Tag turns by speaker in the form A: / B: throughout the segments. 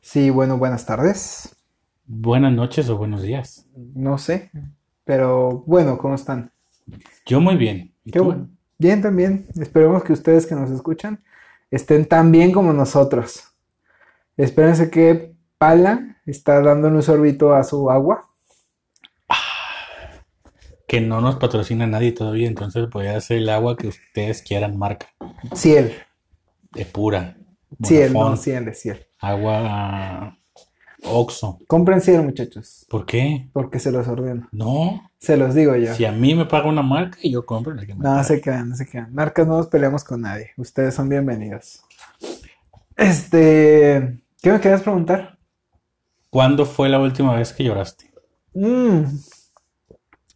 A: Sí, bueno, buenas tardes.
B: Buenas noches o buenos días.
A: No sé, pero bueno, ¿cómo están?
B: Yo muy bien. ¿Y
A: Qué
B: tú?
A: bueno. Bien también. Esperemos que ustedes que nos escuchan estén tan bien como nosotros. Espérense que Pala está dándole un sorbito a su agua.
B: Que no nos patrocina nadie todavía, entonces voy a hacer el agua que ustedes quieran, marca.
A: Ciel,
B: De pura.
A: ciel, no,
B: Bonafont,
A: ciel de ciel.
B: Agua Oxo.
A: Compren ciel, muchachos,
B: ¿Por qué?
A: porque se los ordeno.
B: No.
A: Se los digo yo.
B: Si a mí me paga una marca, yo compro la que me
A: No, no
B: paga.
A: se crean, no se crean. Marcas no nos peleamos con nadie. Ustedes son bienvenidos. Este, ¿qué me querías preguntar?
B: ¿Cuándo fue la última vez que lloraste?
A: Mm,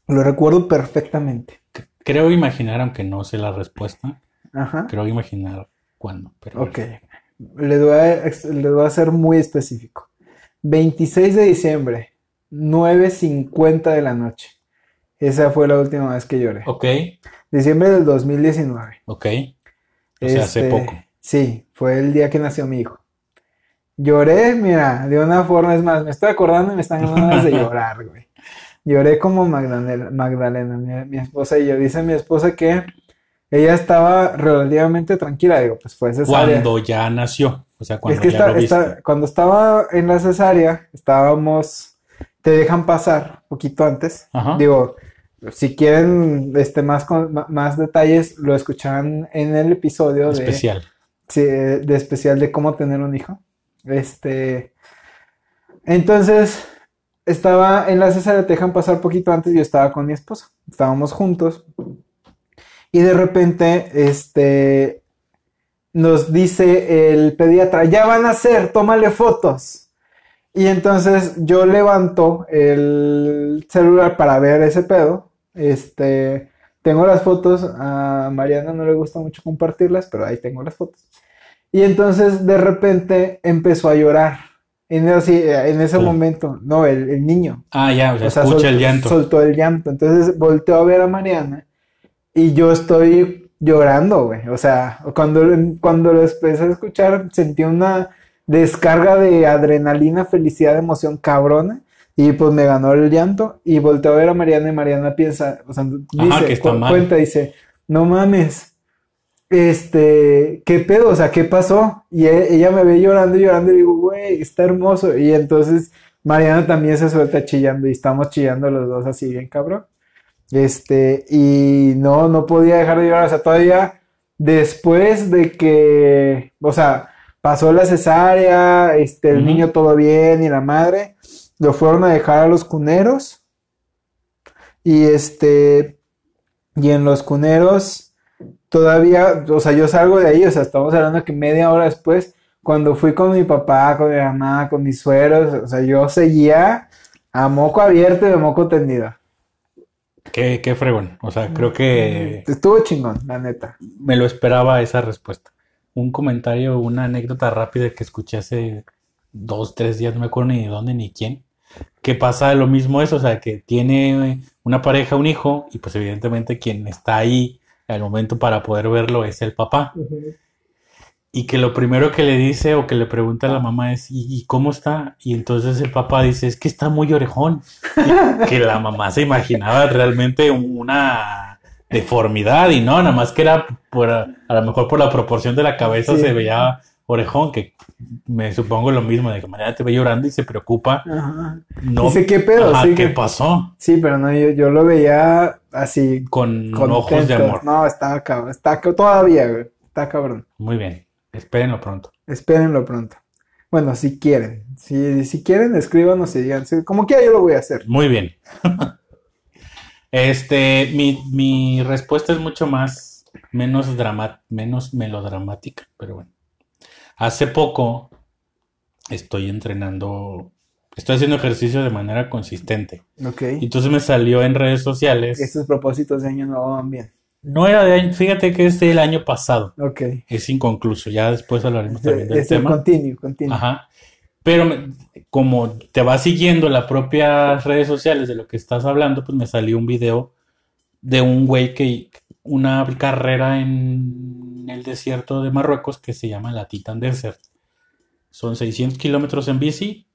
A: lo recuerdo perfectamente.
B: C- Creo imaginar, aunque no sé la respuesta,
A: Ajá.
B: creo imaginar cuándo, pero
A: Ok. Le voy a, ex- le voy a ser muy específico. 26 de diciembre, 9.50 de la noche. Esa fue la última vez que lloré.
B: Ok,
A: Diciembre del 2019.
B: ok. O sea, hace
A: Este,
B: poco.
A: Sí, fue el día que nació mi hijo. Lloré, mira, de una forma, es más, me estoy acordando y me están dando ganas de llorar, güey. Lloré como Magdalena, Magdalena, mi, mi esposa y yo. Dice mi esposa que ella estaba relativamente tranquila, digo, pues fue cesárea.
B: Cuando ya nació. O sea,
A: Es
B: cuando
A: que
B: ya
A: esta-
B: lo viste.
A: esta- cuando estaba en la cesárea, estábamos, te dejan pasar poquito antes.
B: Ajá.
A: Digo, si quieren este, más, con- ma- más detalles, lo escucharán en el episodio de,
B: Especial.
A: sí, eh, de especial de cómo tener un hijo. Este, entonces, estaba en la cesárea, te dejan pasar poquito antes, yo estaba con mi esposa, estábamos juntos. Y de repente, este, nos dice el pediatra, ya van a hacer, tómale fotos. Y entonces yo levanto el celular para ver ese pedo. Este, tengo las fotos, a Mariana no le gusta mucho compartirlas, pero ahí tengo las fotos. Y entonces de repete empezó a llorar. En, así, eh, en ese
B: Tú.
A: momento, no, el, el niño.
B: Ah, ya, o sea,
A: O sea,
B: escucha
A: sol-
B: el llanto.
A: Soltó el llanto. Entonces volteó a ver a Mariana y yo estoy llorando, güey. O sea, cuando, lo- cuando lo empecé a escuchar, sentí una descarga de adrenalina, felicidad, emoción cabrona. Y pues me ganó el llanto y volteó a ver a Mariana y Mariana piensa, o sea, dice,
B: que está
A: cu-
B: mal.
A: cuenta, dice, no mames, este, ¿qué pedo? O sea, ¿qué pasó? Y e- ella me ve llorando y llorando y digo, güey, está hermoso. Y entonces Mariana también se suelta chillando y estamos chillando los dos así bien cabrón. Este, y no, no podía dejar de llorar, o sea, todavía después de que, o sea, pasó la cesárea, este, el
B: Ujú.
A: niño todo bien y la madre, lo fueron a dejar a los cuneros y este, y en los cuneros todavía, o sea, yo salgo de ahí, o sea, estamos hablando que media hora después, cuando fui con mi papá, con mi mamá, con mis sueros, o sea, yo seguía a moco abierto y a moco tendido.
B: Qué, qué fregón. O sea,
A: Mm.
B: creo que
A: Estuvo chingón, la neta.
B: me lo esperaba esa respuesta. Un comentario, una anécdota rápida que escuché hace dos, tres días, no me acuerdo ni de dónde ni quién, que pasa lo mismo eso, o sea, que tiene una pareja, un hijo, y pues evidentemente quien está ahí al momento para poder verlo es el papá. Y que lo primero que le dice o que le pregunta a
A: Ah.
B: la mamá es, ¿y, y cómo está? Y entonces el papá dice, es que está muy orejón. Y que la mamá se imaginaba realmente una deformidad y no, nada más que era por, a lo mejor por la proporción de la cabeza
A: Sí.
B: se veía orejón, que me supongo lo mismo, de que manera te ve llorando y se preocupa.
A: Ajá.
B: No,
A: Dice, ¿qué pedo?
B: Ajá,
A: sí, que-
B: ¿qué pasó?
A: sí, pero no, yo, yo lo veía así,
B: Con
A: contento.
B: ojos de amor.
A: No, estaba cabrón, está ca- todavía, güey, está cabrón.
B: Muy bien, espérenlo pronto.
A: Espérenlo pronto. Bueno, si quieren, si, si quieren, escríbanos y digan, sí, como quiera yo lo voy a hacer.
B: Muy bien. Este, mi, mi respuesta es mucho más, menos drama, menos melodramática, pero bueno. Hace poco estoy entrenando, estoy haciendo ejercicio de manera consistente.
A: Ok.
B: Y Entonces me salió en redes sociales.
A: Estos propósitos de año nuevo van bien.
B: No era de año, fíjate que es del año pasado.
A: Ok. Este,
B: Es inconcluso, ya después hablaremos también del
A: Es el
B: tema.
A: continuo, continuo.
B: Ajá. Pero me- como te va siguiendo las propias redes sociales de lo que estás hablando, pues me salió un video de un güey que una carrera en el desierto de Marruecos que se llama la Titan Desert. son 600 kilómetros en bici,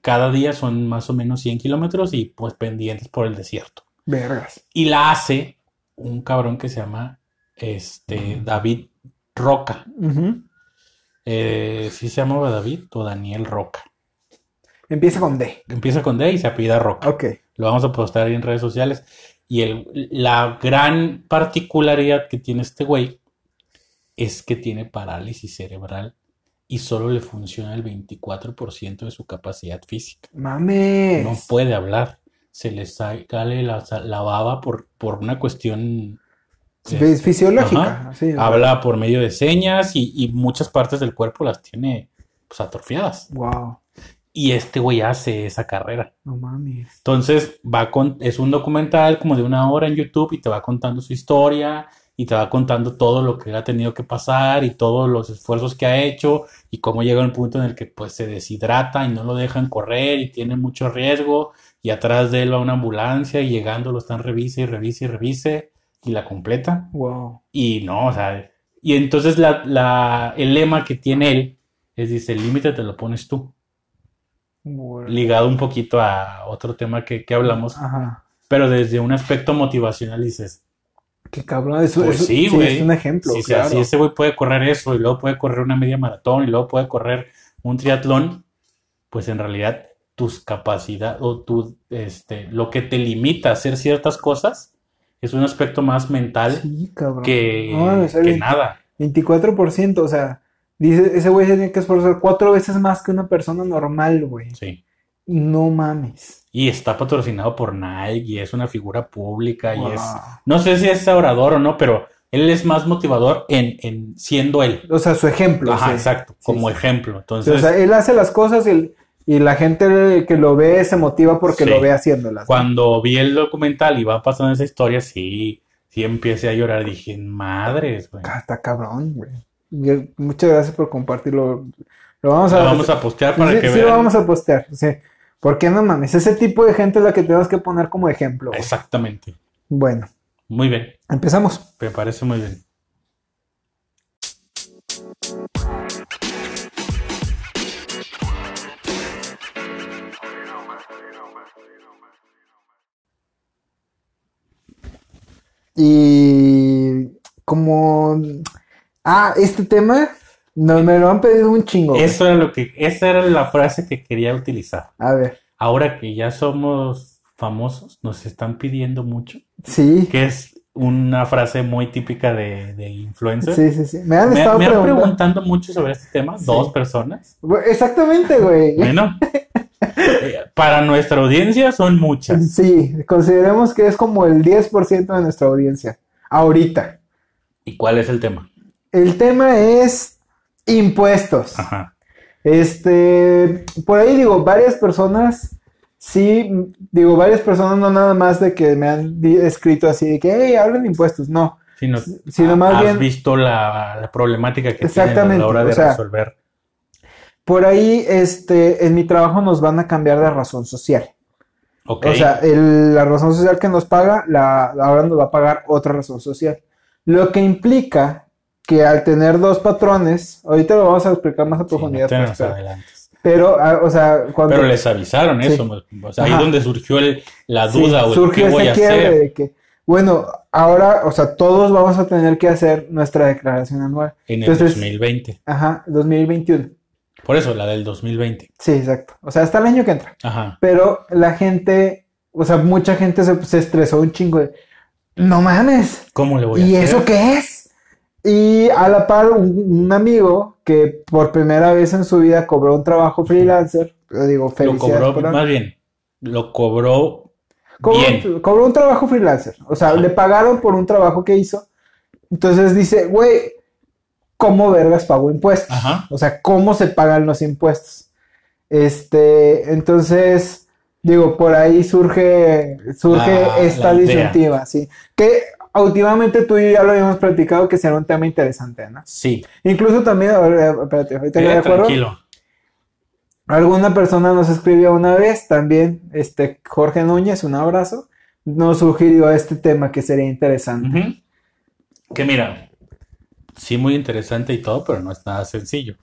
B: cada día son más o menos 100 kilómetros y pues pendientes por el desierto.
A: Vergas.
B: Y la hace un cabrón que se llama este, David Roca.
A: Ujú.
B: Eh, ¿sí se llamaba David o Daniel Roca?
A: Empieza con D.
B: Empieza con D y se apellida Roca.
A: Ok.
B: Lo vamos a postar ahí en redes sociales. Y el- la gran particularidad que tiene este güey es que tiene parálisis cerebral y solo le funciona el 24% de su capacidad física.
A: Mames.
B: No puede hablar. Se le sale la, la baba por, por una cuestión...
A: Fis-
B: este,
A: Fisiológica.
B: ajá.
A: sí, o sea,
B: Habla por medio de señas y, y muchas partes del cuerpo las tiene pues, atrofiadas.
A: Wow.
B: Y este güey hace esa carrera.
A: No mames.
B: Entonces, va con, es un documental como de una hora en YouTube y te va contando su historia y te va contando todo lo que ha tenido que pasar y todos los esfuerzos que ha hecho y cómo llega a un punto en el que pues se deshidrata y no lo dejan correr y tiene mucho riesgo y atrás de él va una ambulancia y llegando lo están revise y revise y revise y la completa.
A: Wow.
B: Y no, o sea, y entonces la, la- el lema que tiene él es, dice, el límite te lo pones tú, ligado un poquito a otro tema que, que hablamos,
A: Ajá.
B: pero desde un aspecto motivacional dices,
A: Qué cabrón. Eso,
B: Pues
A: eso-
B: sí, güey.
A: es un ejemplo,
B: si, se-
A: claro.
B: si ese güey puede correr eso y luego puede correr una media maratón y luego puede correr un triatlón, pues en realidad tus capacidades o tu, este, lo que te limita a hacer ciertas cosas es un aspecto más mental
A: Sí, cabrón.
B: que,
A: No mames,
B: que
A: el
B: nada.
A: 24%, o sea, dice, ese güey se tiene que esforzar cuatro veces más que una persona normal, güey.
B: Sí.
A: No mames.
B: Y está patrocinado por Nike y es una figura pública y es...
A: Wow.
B: No sé si es orador o no, pero él es más motivador en, en siendo él.
A: O sea, su ejemplo.
B: Ajá,
A: sí.
B: exacto,
A: Sí,
B: como
A: sí.
B: ejemplo.
A: Sí, o
B: Entonces,
A: sea, él hace las cosas y, el- y la gente que lo ve se motiva porque
B: Sí.
A: lo ve haciéndolas. ¿no?
B: cuando vi el documental y va pasando esa historia, sí, sí empecé a llorar. Dije, madres, güey.
A: Ca- Ah, Está cabrón, güey. Yo- Muchas gracias por compartirlo. Lo vamos a,
B: Lo vamos a postear para
A: sí,
B: que
A: sí lo
B: vean.
A: vamos a postear. Sí. Porque no mames, ese tipo de gente es la que tenemos que poner como ejemplo. güey.
B: Exactamente.
A: Bueno,
B: Muy bien,
A: empezamos.
B: me parece muy bien.
A: Y como ah, este tema nos me lo han pedido un chingo. güey.
B: Eso era lo que, esa era la frase que quería utilizar.
A: A ver,
B: Ahora que ya somos famosos, nos están pidiendo mucho.
A: sí.
B: que es una frase muy típica de, de influencer.
A: Sí, sí, sí. Me han
B: Me,
A: estado
B: me han
A: preguntando.
B: preguntado mucho sobre este tema,
A: Sí.
B: dos personas.
A: Güey, Exactamente, güey.
B: Bueno, eh, para nuestra audiencia son muchas.
A: Sí, consideremos que es como el 10% de nuestra audiencia. Ahorita.
B: ¿Y cuál es el tema?
A: El tema es impuestos.
B: Ajá.
A: Este, por ahí digo, varias personas, sí, m- digo, varias personas, no nada más de que me han di- escrito así de que, hey, hablen de impuestos. No,
B: Si no,
A: sino más
B: Ah, has
A: bien-
B: visto la, la problemática que tienen a
A: Exactamente,
B: la hora de
A: o sea,
B: resolver.
A: por ahí, este, en mi trabajo nos van a cambiar de razón social.
B: Ok.
A: O sea, el- la razón social que nos paga, la, ahora nos va a pagar otra razón social. Lo que implica que al tener dos patrones, ahorita lo vamos a explicar más a
B: Sí, no
A: profundidad,
B: te
A: pues,
B: nos
A: pero,
B: adelantes.
A: pero, ah, o sea, cuando
B: Pero les avisaron
A: Sí.
B: eso. O sea, ahí
A: Ajá.
B: donde surgió el- la
A: sí,
B: duda o el
A: surge
B: qué
A: ese
B: voy a
A: quiebre
B: hacer.
A: de que, bueno, ahora, o sea, todos vamos a tener que hacer nuestra declaración anual.
B: En el
A: Entonces-
B: 2020.
A: Ajá, 2021.
B: Por eso, la del 2020.
A: Sí, exacto. O sea, hasta el año que entra.
B: Ajá.
A: Pero la gente, o sea, mucha gente se, se estresó un chingo de, no mames.
B: ¿Cómo le voy a
A: ¿Y
B: hacer?
A: eso qué es? Y a la par, un, un amigo que por primera vez en su vida cobró un trabajo freelancer, yo digo,
B: Lo
A: felicidades.
B: cobró,
A: por algo.
B: más bien, lo cobró
A: cobró,
B: bien.
A: un- cobró un trabajo freelancer, o sea,
B: Ajá.
A: le pagaron por un trabajo que hizo. Entonces dice, güey, ¿cómo vergas pago impuestos?
B: Ajá.
A: O sea, ¿cómo se pagan los impuestos? Este, entonces, digo, por ahí surge, surge
B: La-
A: esta
B: la idea.
A: disyuntiva, sí. Que últimamente tú y yo ya lo habíamos platicado que será un tema interesante, ¿no?
B: Sí.
A: Incluso también, a ver, espérate, ahorita que
B: Eh,
A: me acuerdo,
B: tranquilo.
A: alguna persona nos escribió una vez también, este, Jorge Núñez, un abrazo, nos sugirió este tema que sería interesante.
B: Ujú. Que mira, sí, muy interesante y todo, pero no es nada sencillo.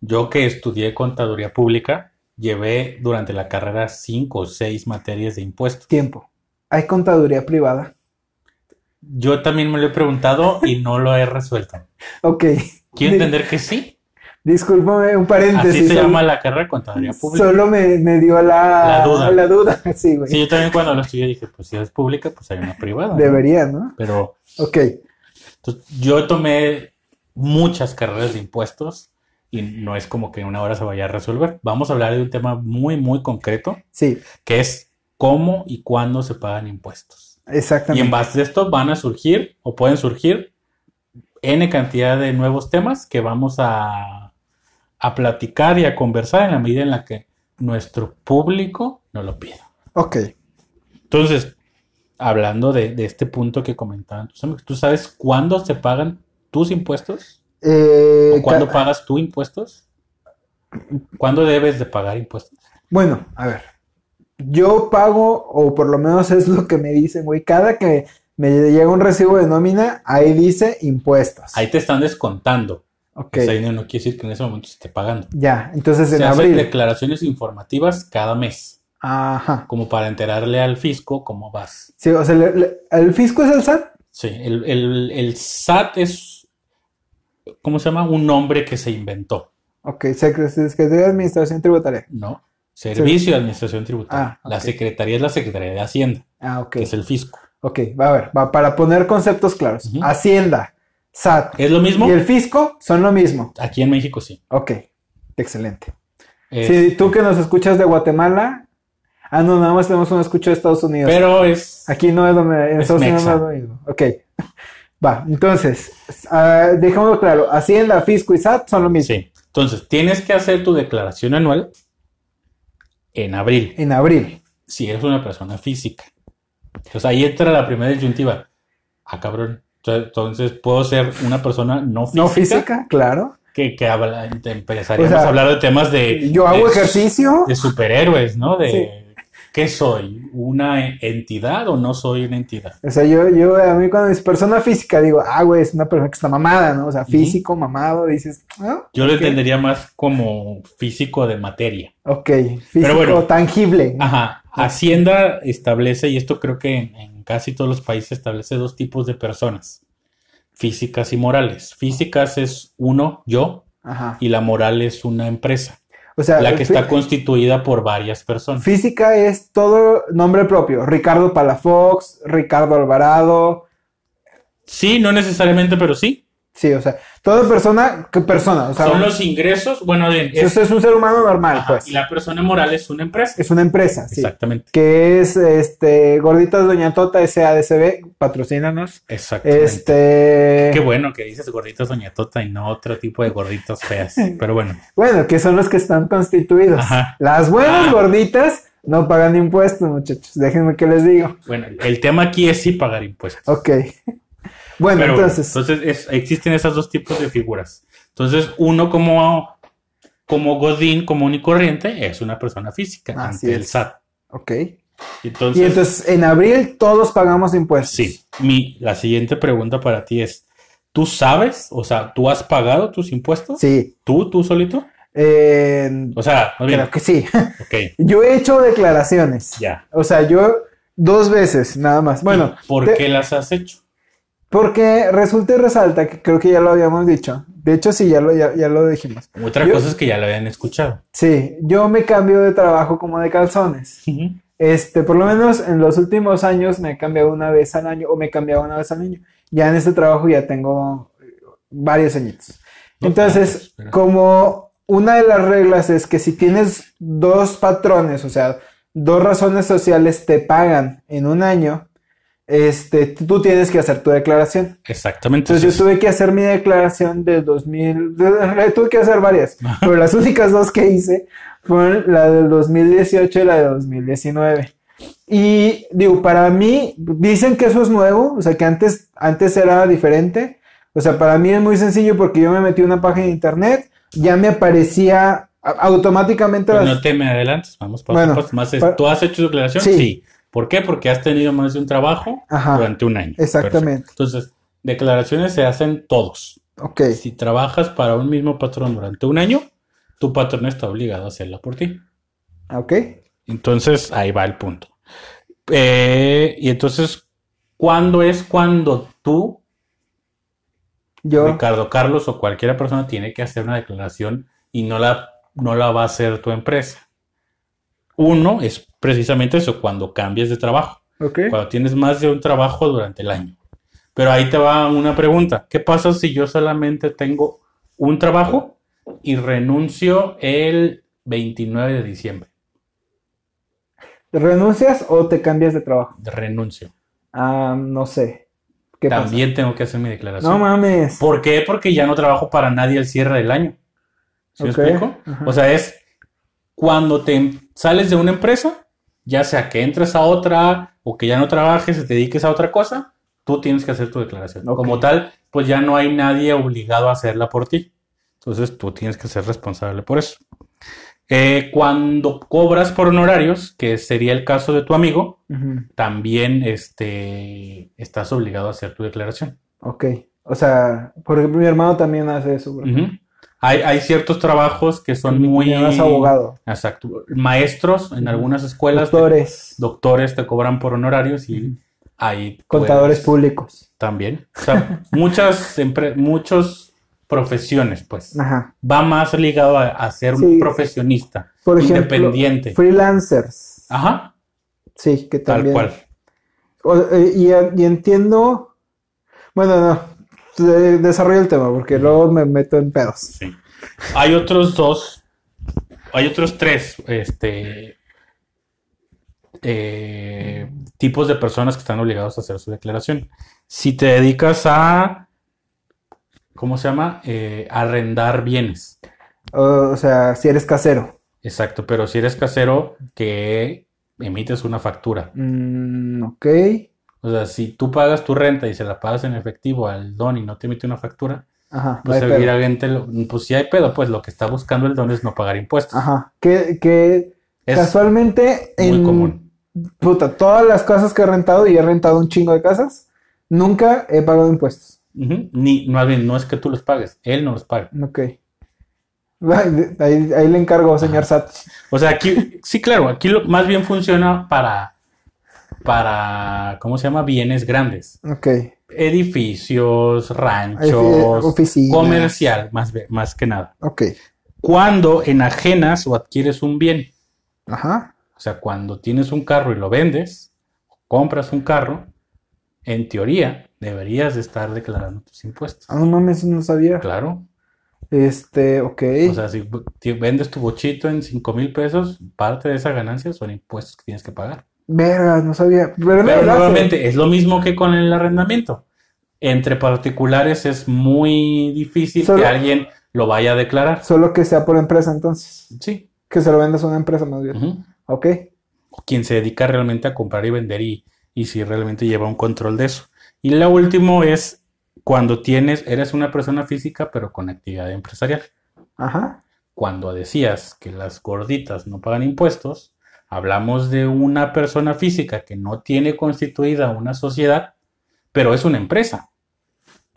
B: Yo que estudié contaduría pública, llevé durante la carrera cinco o seis materias de impuestos.
A: Tiempo. Hay contaduría privada.
B: Yo también me lo he preguntado y no lo he resuelto.
A: Ok. Di-
B: Quiero entender que sí.
A: Discúlpame, un paréntesis.
B: Así se
A: solo-
B: llama la carrera de contaduría pública.
A: Solo me, me dio la,
B: La duda.
A: duda, Sí, güey.
B: Sí, yo también cuando lo estudié dije, pues si es pública, pues hay una privada. ¿no?
A: Debería, ¿no?
B: Pero
A: Ok.
B: entonces, yo tomé muchas carreras de impuestos y no es como que en una hora se vaya a resolver. Vamos a hablar de un tema muy, muy concreto,
A: Sí,
B: que es cómo y cuándo se pagan impuestos. Y en
A: exactamente.
B: base a esto van a surgir o pueden surgir N cantidad de nuevos temas que vamos a, a platicar y a conversar en la medida en la que nuestro público nos lo pida.
A: Ok.
B: Entonces, hablando de, de este punto que comentaban tus amigos, ¿tú sabes cuándo se pagan tus impuestos?
A: Eh,
B: ¿O cuándo
A: ca-
B: pagas tú impuestos? ¿Cuándo debes de pagar impuestos?
A: Bueno, a ver. Yo pago, o por lo menos es lo que me dicen, güey. Cada que me llega un recibo de nómina, ahí dice impuestos.
B: Ahí te están descontando.
A: ok.
B: O sea, ahí no no quiere decir que en ese momento se esté pagando.
A: Ya, entonces en
B: Se hacen
A: abril.
B: declaraciones informativas cada mes.
A: Ajá.
B: como para enterarle al fisco cómo vas.
A: Sí, o sea, le- le- el fisco es el SAT.
B: Sí, el, el- el SAT es, ¿cómo se llama? Un nombre que se inventó,
A: Ok, Secre- Secretaría de Administración Tributaria.
B: ¿no? Servicio de Administración Tributaria.
A: Ah,
B: La
A: ok.
B: Secretaría es la Secretaría de Hacienda,
A: Ah, ok.
B: que es el fisco.
A: Ok, va a ver, va para poner conceptos claros.
B: Ujú.
A: Hacienda, SAT
B: ¿Es lo mismo?
A: y el fisco son lo mismo.
B: Aquí en México sí. Este,
A: Ok, excelente.
B: Es-
A: Si tú que nos escuchas de Guatemala, ah, no, nada más tenemos un escucho de Estados Unidos.
B: pero es...
A: Aquí no es lo mismo. En
B: Es
A: Estados Unidos no
B: mexa.
A: es lo mismo. Ok, va, entonces, ah, dejémoslo claro: Hacienda, fisco y SAT son lo mismo.
B: Sí. Entonces, tienes que hacer tu declaración anual en abril,
A: En abril.
B: si eres una persona física. Entonces, ahí entra la primera disyuntiva. Ah, cabrón. Entonces, puedo ser una persona no
A: No física, claro.
B: que, que habla, te empezaríamos
A: O sea,
B: a hablar de temas de...
A: Yo hago
B: de-
A: ejercicio.
B: De superhéroes, ¿no? De qué soy, una e- entidad o no soy una entidad.
A: O sea, yo, yo, a mí cuando es persona física, digo, ah, güey, es una persona que está mamada, ¿no? O sea, físico, mamado, dices, ah,
B: Yo lo
A: Ok.
B: entendería más como físico de materia.
A: ok, físico,
B: bueno. Ah.
A: tangible.
B: Ajá, Hacienda establece, y esto creo que en, en casi todos los países establece dos tipos de personas, físicas y morales. Físicas es uno, yo,
A: Ajá.
B: y la moral es una empresa,
A: O sea,
B: la que
A: fí-
B: está constituida por varias personas.
A: física es todo nombre propio. Ricardo Palafox, Ricardo Alvarado.
B: Sí, no necesariamente, pero sí.
A: Sí, o sea, toda persona, ¿qué persona? O sea,
B: Son los ingresos, bueno, de-
A: si usted es un ser humano normal,
B: Ajá,
A: pues.
B: Y la persona moral es una empresa.
A: Es una empresa, sí.
B: Exactamente.
A: Que es, este, Gorditas Doña Tota, SADCB, patrocínanos.
B: Exactamente.
A: Este...
B: Qué bueno que dices gorditas doña Tota y no otro tipo de gorditas feas. Pero bueno,
A: Bueno, que son los que están constituidos.
B: Ajá.
A: Las buenas
B: Ah.
A: gorditas no pagan impuestos, muchachos. Déjenme que les digo.
B: bueno, el tema aquí es sí pagar impuestos.
A: Ok. Bueno,
B: Pero pues, bueno,
A: entonces.
B: entonces es- existen esos dos tipos de figuras. Entonces, uno como, como Godín común y corriente es una persona física
A: Así
B: ante el
A: es.
B: SAT.
A: Ok.
B: Entonces,
A: Y entonces en abril todos pagamos impuestos.
B: sí, mi, la siguiente pregunta para ti es, ¿tú sabes? O sea, ¿tú has pagado tus impuestos?
A: Sí.
B: ¿Tú, tú solito?
A: Eh,
B: O sea, más bien,
A: creo que sí.
B: ok,
A: Yo he hecho declaraciones.
B: ya.
A: O sea, yo dos veces nada más. Bueno,
B: ¿Por
A: te-
B: qué las has hecho?
A: porque resulta y resalta que creo que ya lo habíamos dicho. De hecho, sí, ya lo, ya- ya lo dijimos.
B: Otra
A: Yo-
B: cosa es que ya lo habían escuchado.
A: Sí, yo me cambio de trabajo como de calzones. Este, por lo menos en los últimos años me he cambiado una vez al año o me he cambiado una vez al año. Ya en este trabajo ya tengo eh, varios añitos.
B: No, pues,
A: Entonces,
B: espera.
A: como una de las reglas es que si tienes dos patrones, o sea, dos razones sociales te pagan en un año, este, tú tienes que hacer tu declaración.
B: Exactamente.
A: Entonces
B: sí.
A: yo tuve que hacer mi declaración de 2000, de- en realidad tuve que hacer varias, pero las únicas dos que hice fueron la del 2018 y la de 2019. Y digo, para mí, dicen que eso es nuevo, o sea que antes, antes era diferente, o sea, para mí es muy sencillo porque yo me metí a una página de internet, ya me aparecía a- automáticamente
B: Pero
A: las...
B: Pues no te me adelantes, vamos paso
A: Bueno,
B: a paso. Más es,
A: pa-
B: ¿Tú has hecho tu declaración?
A: Sí.
B: Sí. ¿Por qué? Porque has tenido más de un trabajo
A: Ajá,
B: durante un año.
A: exactamente.
B: Perfecto. Entonces, declaraciones se hacen todos.
A: Ok.
B: Si trabajas para un mismo patrón durante un año, tu patrón está obligado a hacerla por ti.
A: Ok.
B: Entonces, ahí va el punto. Eh, y entonces, ¿cuándo es cuando tú,
A: Yo.
B: Ricardo Carlos o cualquier persona tiene que hacer una declaración y no la, no la va a hacer tu empresa? Uno es precisamente eso, cuando cambias de trabajo,
A: Ok.
B: cuando tienes más de un trabajo durante el año. Pero ahí te va una pregunta. ¿Qué pasa si yo solamente tengo un trabajo y renuncio el 29 de diciembre?
A: ¿Renuncias o te cambias de trabajo?
B: Renuncio.
A: Ah, no sé. ¿Qué pasa?
B: También tengo que hacer mi declaración.
A: No mames.
B: ¿Por qué? Porque ya no trabajo para nadie al cierre del año. ¿Sí
A: Ok,
B: me explico?
A: ajá.
B: O sea, es cuando te sales de una empresa, ya sea que entres a otra o que ya no trabajes y te dediques a otra cosa, tú tienes que hacer tu declaración.
A: Ok.
B: Como tal, pues ya no hay nadie obligado a hacerla por ti. Entonces tú tienes que ser responsable por eso. Eh, cuando cobras por honorarios, que sería el caso de tu amigo,
A: Ujú.
B: también este, estás obligado a hacer tu declaración.
A: Ok. O sea, por ejemplo, mi hermano también hace eso, bro.
B: Ujú. Hay, hay ciertos trabajos que son
A: Mi-
B: muy...
A: Mi hermano es abogado.
B: Exacto. Maestros en
A: Ujú.
B: algunas escuelas, te-
A: Doctores.
B: doctores te cobran por honorarios y hay...
A: Contadores públicos.
B: También. O sea, muchas, empre- muchos profesiones, pues.
A: Ajá.
B: Va más ligado a, a ser
A: Sí.
B: un profesionista,
A: Por ejemplo,
B: independiente.
A: freelancers.
B: Ajá,
A: Sí, que
B: tal
A: también.
B: cual.
A: O- eh, y, y entiendo. Bueno, no. De- Desarrollo el tema porque luego me meto en pedos.
B: Sí. Hay otros dos, hay otros tres, este, eh, tipos de personas que están obligados a hacer su declaración. Si te dedicas a, ¿cómo se llama? Eh, arrendar bienes.
A: O, o sea, si eres casero.
B: Exacto, pero si eres casero, que emites una factura.
A: Mm, ok.
B: O sea, si tú pagas tu renta y se la pagas en efectivo al don y no te emite una factura,
A: Ajá.
B: pues
A: no hay pedo.
B: evidentemente, lo- pues si hay pedo, pues lo que está buscando el don es no pagar impuestos.
A: Ajá. Que, que
B: Es
A: casualmente
B: muy
A: en
B: común.
A: puta, todas las casas que he rentado y he rentado un chingo de casas, nunca he pagado impuestos.
B: Ujú. Ni, más bien, no es que tú los pagues, él no los paga.
A: Ok. Ahí, ahí- ahí le encargo, señor Sat.
B: O sea, aquí, sí, claro, aquí lo- más bien funciona para, para, ¿cómo se llama? Bienes grandes.
A: Ok. eh,
B: Edificios, ranchos,
A: Ofi- oficinas.
B: comercial, más, bien- más que nada.
A: Ok.
B: Cuando enajenas o adquieres un bien,
A: Ajá.
B: o sea, cuando tienes un carro y lo vendes, compras un carro, en teoría deberías de estar declarando tus impuestos.
A: Ah, no mames, no sabía.
B: Claro,
A: Este, ok.
B: O sea, si bu- ti- vendes tu bochito en 5 mil pesos, parte de esa ganancia son impuestos que tienes que pagar.
A: Vergas, no sabía. Pero,
B: Pero
A: no,
B: nuevamente, es lo mismo que con el arrendamiento. Entre particulares es muy difícil
A: Solo-
B: que alguien lo vaya a declarar.
A: Solo que sea por empresa, entonces.
B: Sí.
A: Que se lo vendas a una empresa más bien.
B: ujú.
A: Ok.
B: O Quien se dedica realmente a comprar y vender y, y si realmente lleva un control de eso. Y lo último es cuando tienes, eres una persona física pero con actividad empresarial.
A: Ajá.
B: cuando decías que las gorditas no pagan impuestos, hablamos de una persona física que no tiene constituida una sociedad, pero es una empresa.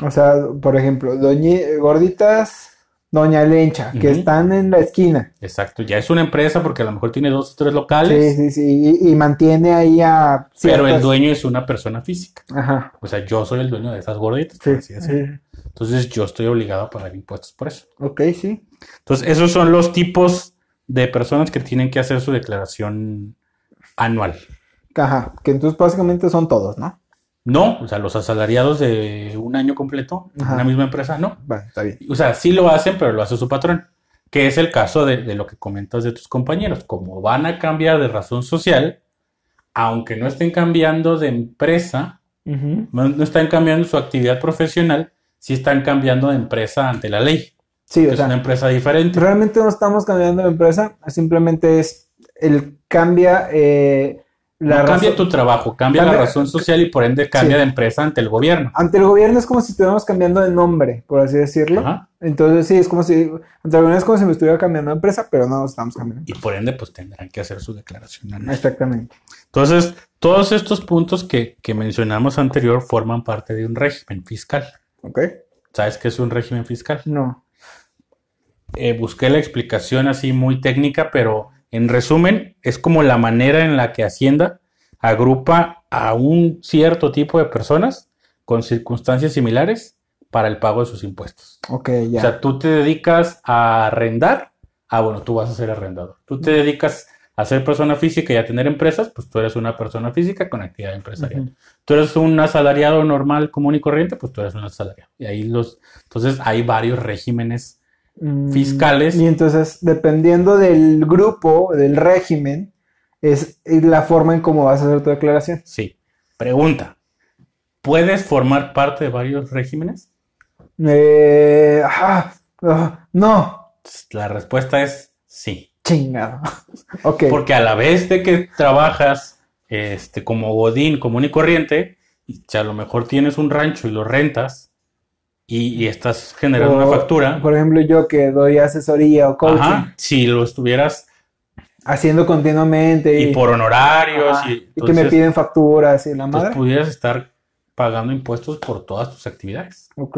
A: O sea, por ejemplo, doñi- gorditas, doña Lencha, que
B: Ujú.
A: están en la esquina.
B: Exacto, ya es una empresa porque a lo mejor tiene dos o tres
A: Sí,
B: locales,
A: sí, sí. Y, y mantiene ahí a.
B: pero el
A: ciertas-
B: dueño es una persona física.
A: Ajá.
B: O sea, yo soy el dueño de esas gorditas, por
A: Sí.
B: así decirlo. Entonces yo estoy obligado a pagar impuestos por eso.
A: Ok, sí.
B: Entonces, esos son los tipos de personas que tienen que hacer su declaración anual.
A: Ajá. Que entonces básicamente son todos, ¿no?
B: No, o sea, los asalariados de un año completo en
A: Ajá.
B: una misma empresa, no.
A: Vale, está bien.
B: O sea, sí lo hacen, pero lo hace su patrón, que es el caso de, de lo que comentas de tus compañeros. Como van a cambiar de razón social, aunque no estén cambiando de empresa, no, no están cambiando su actividad profesional, sí están cambiando de empresa ante la ley,
A: Sí,
B: que
A: o
B: es una
A: sea,
B: empresa diferente.
A: realmente no estamos cambiando de empresa, simplemente es el cambia eh, la
B: No cambia
A: razón-
B: tu trabajo, cambia
A: Cambia-
B: la razón social y por ende cambia de empresa ante el gobierno.
A: Ante el gobierno es como si estuviéramos cambiando de nombre, por así decirlo.
B: Ajá.
A: Entonces sí, es como si ante el gobierno es como si me estuviera cambiando de empresa, pero no estamos cambiando.
B: Y por ende, pues tendrán que hacer su declaración anual.
A: Exactamente.
B: Entonces, todos estos puntos que, que mencionamos anterior forman parte de un régimen fiscal.
A: ¿Ok?
B: ¿Sabes qué es un régimen fiscal?
A: No.
B: Eh, busqué la explicación así muy técnica, pero en resumen, es como la manera en la que Hacienda agrupa a un cierto tipo de personas con circunstancias similares para el pago de sus impuestos.
A: Ok,
B: O
A: ya.
B: sea, tú te dedicas a arrendar. Ah, bueno, tú vas a ser arrendador. Tú te dedicas a ser persona física y a tener empresas, pues tú eres una persona física con actividad empresarial.
A: Ujú.
B: Tú eres un asalariado normal, común y corriente, pues tú eres un asalariado. Y ahí los, entonces hay varios regímenes.
A: Mm,
B: fiscales.
A: Y entonces, dependiendo del grupo, del régimen, es la forma en cómo vas a hacer tu declaración.
B: Sí. Pregunta. ¿Puedes formar parte de varios regímenes?
A: Eh, ah, ah, no,
B: La respuesta es sí.
A: chingado. Ok.
B: Porque a la vez de que trabajas este, como Godín común y corriente, y si a lo mejor tienes un rancho y lo rentas y, y estás generando
A: O,
B: una factura,
A: Por ejemplo, yo que doy asesoría o coaching,
B: ajá, si lo estuvieras
A: haciendo continuamente
B: y por honorarios,
A: ajá,
B: y,
A: y que me
B: entonces,
A: piden facturas y la
B: pues,
A: madre.
B: pudieras estar pagando impuestos por todas tus actividades.
A: Ok.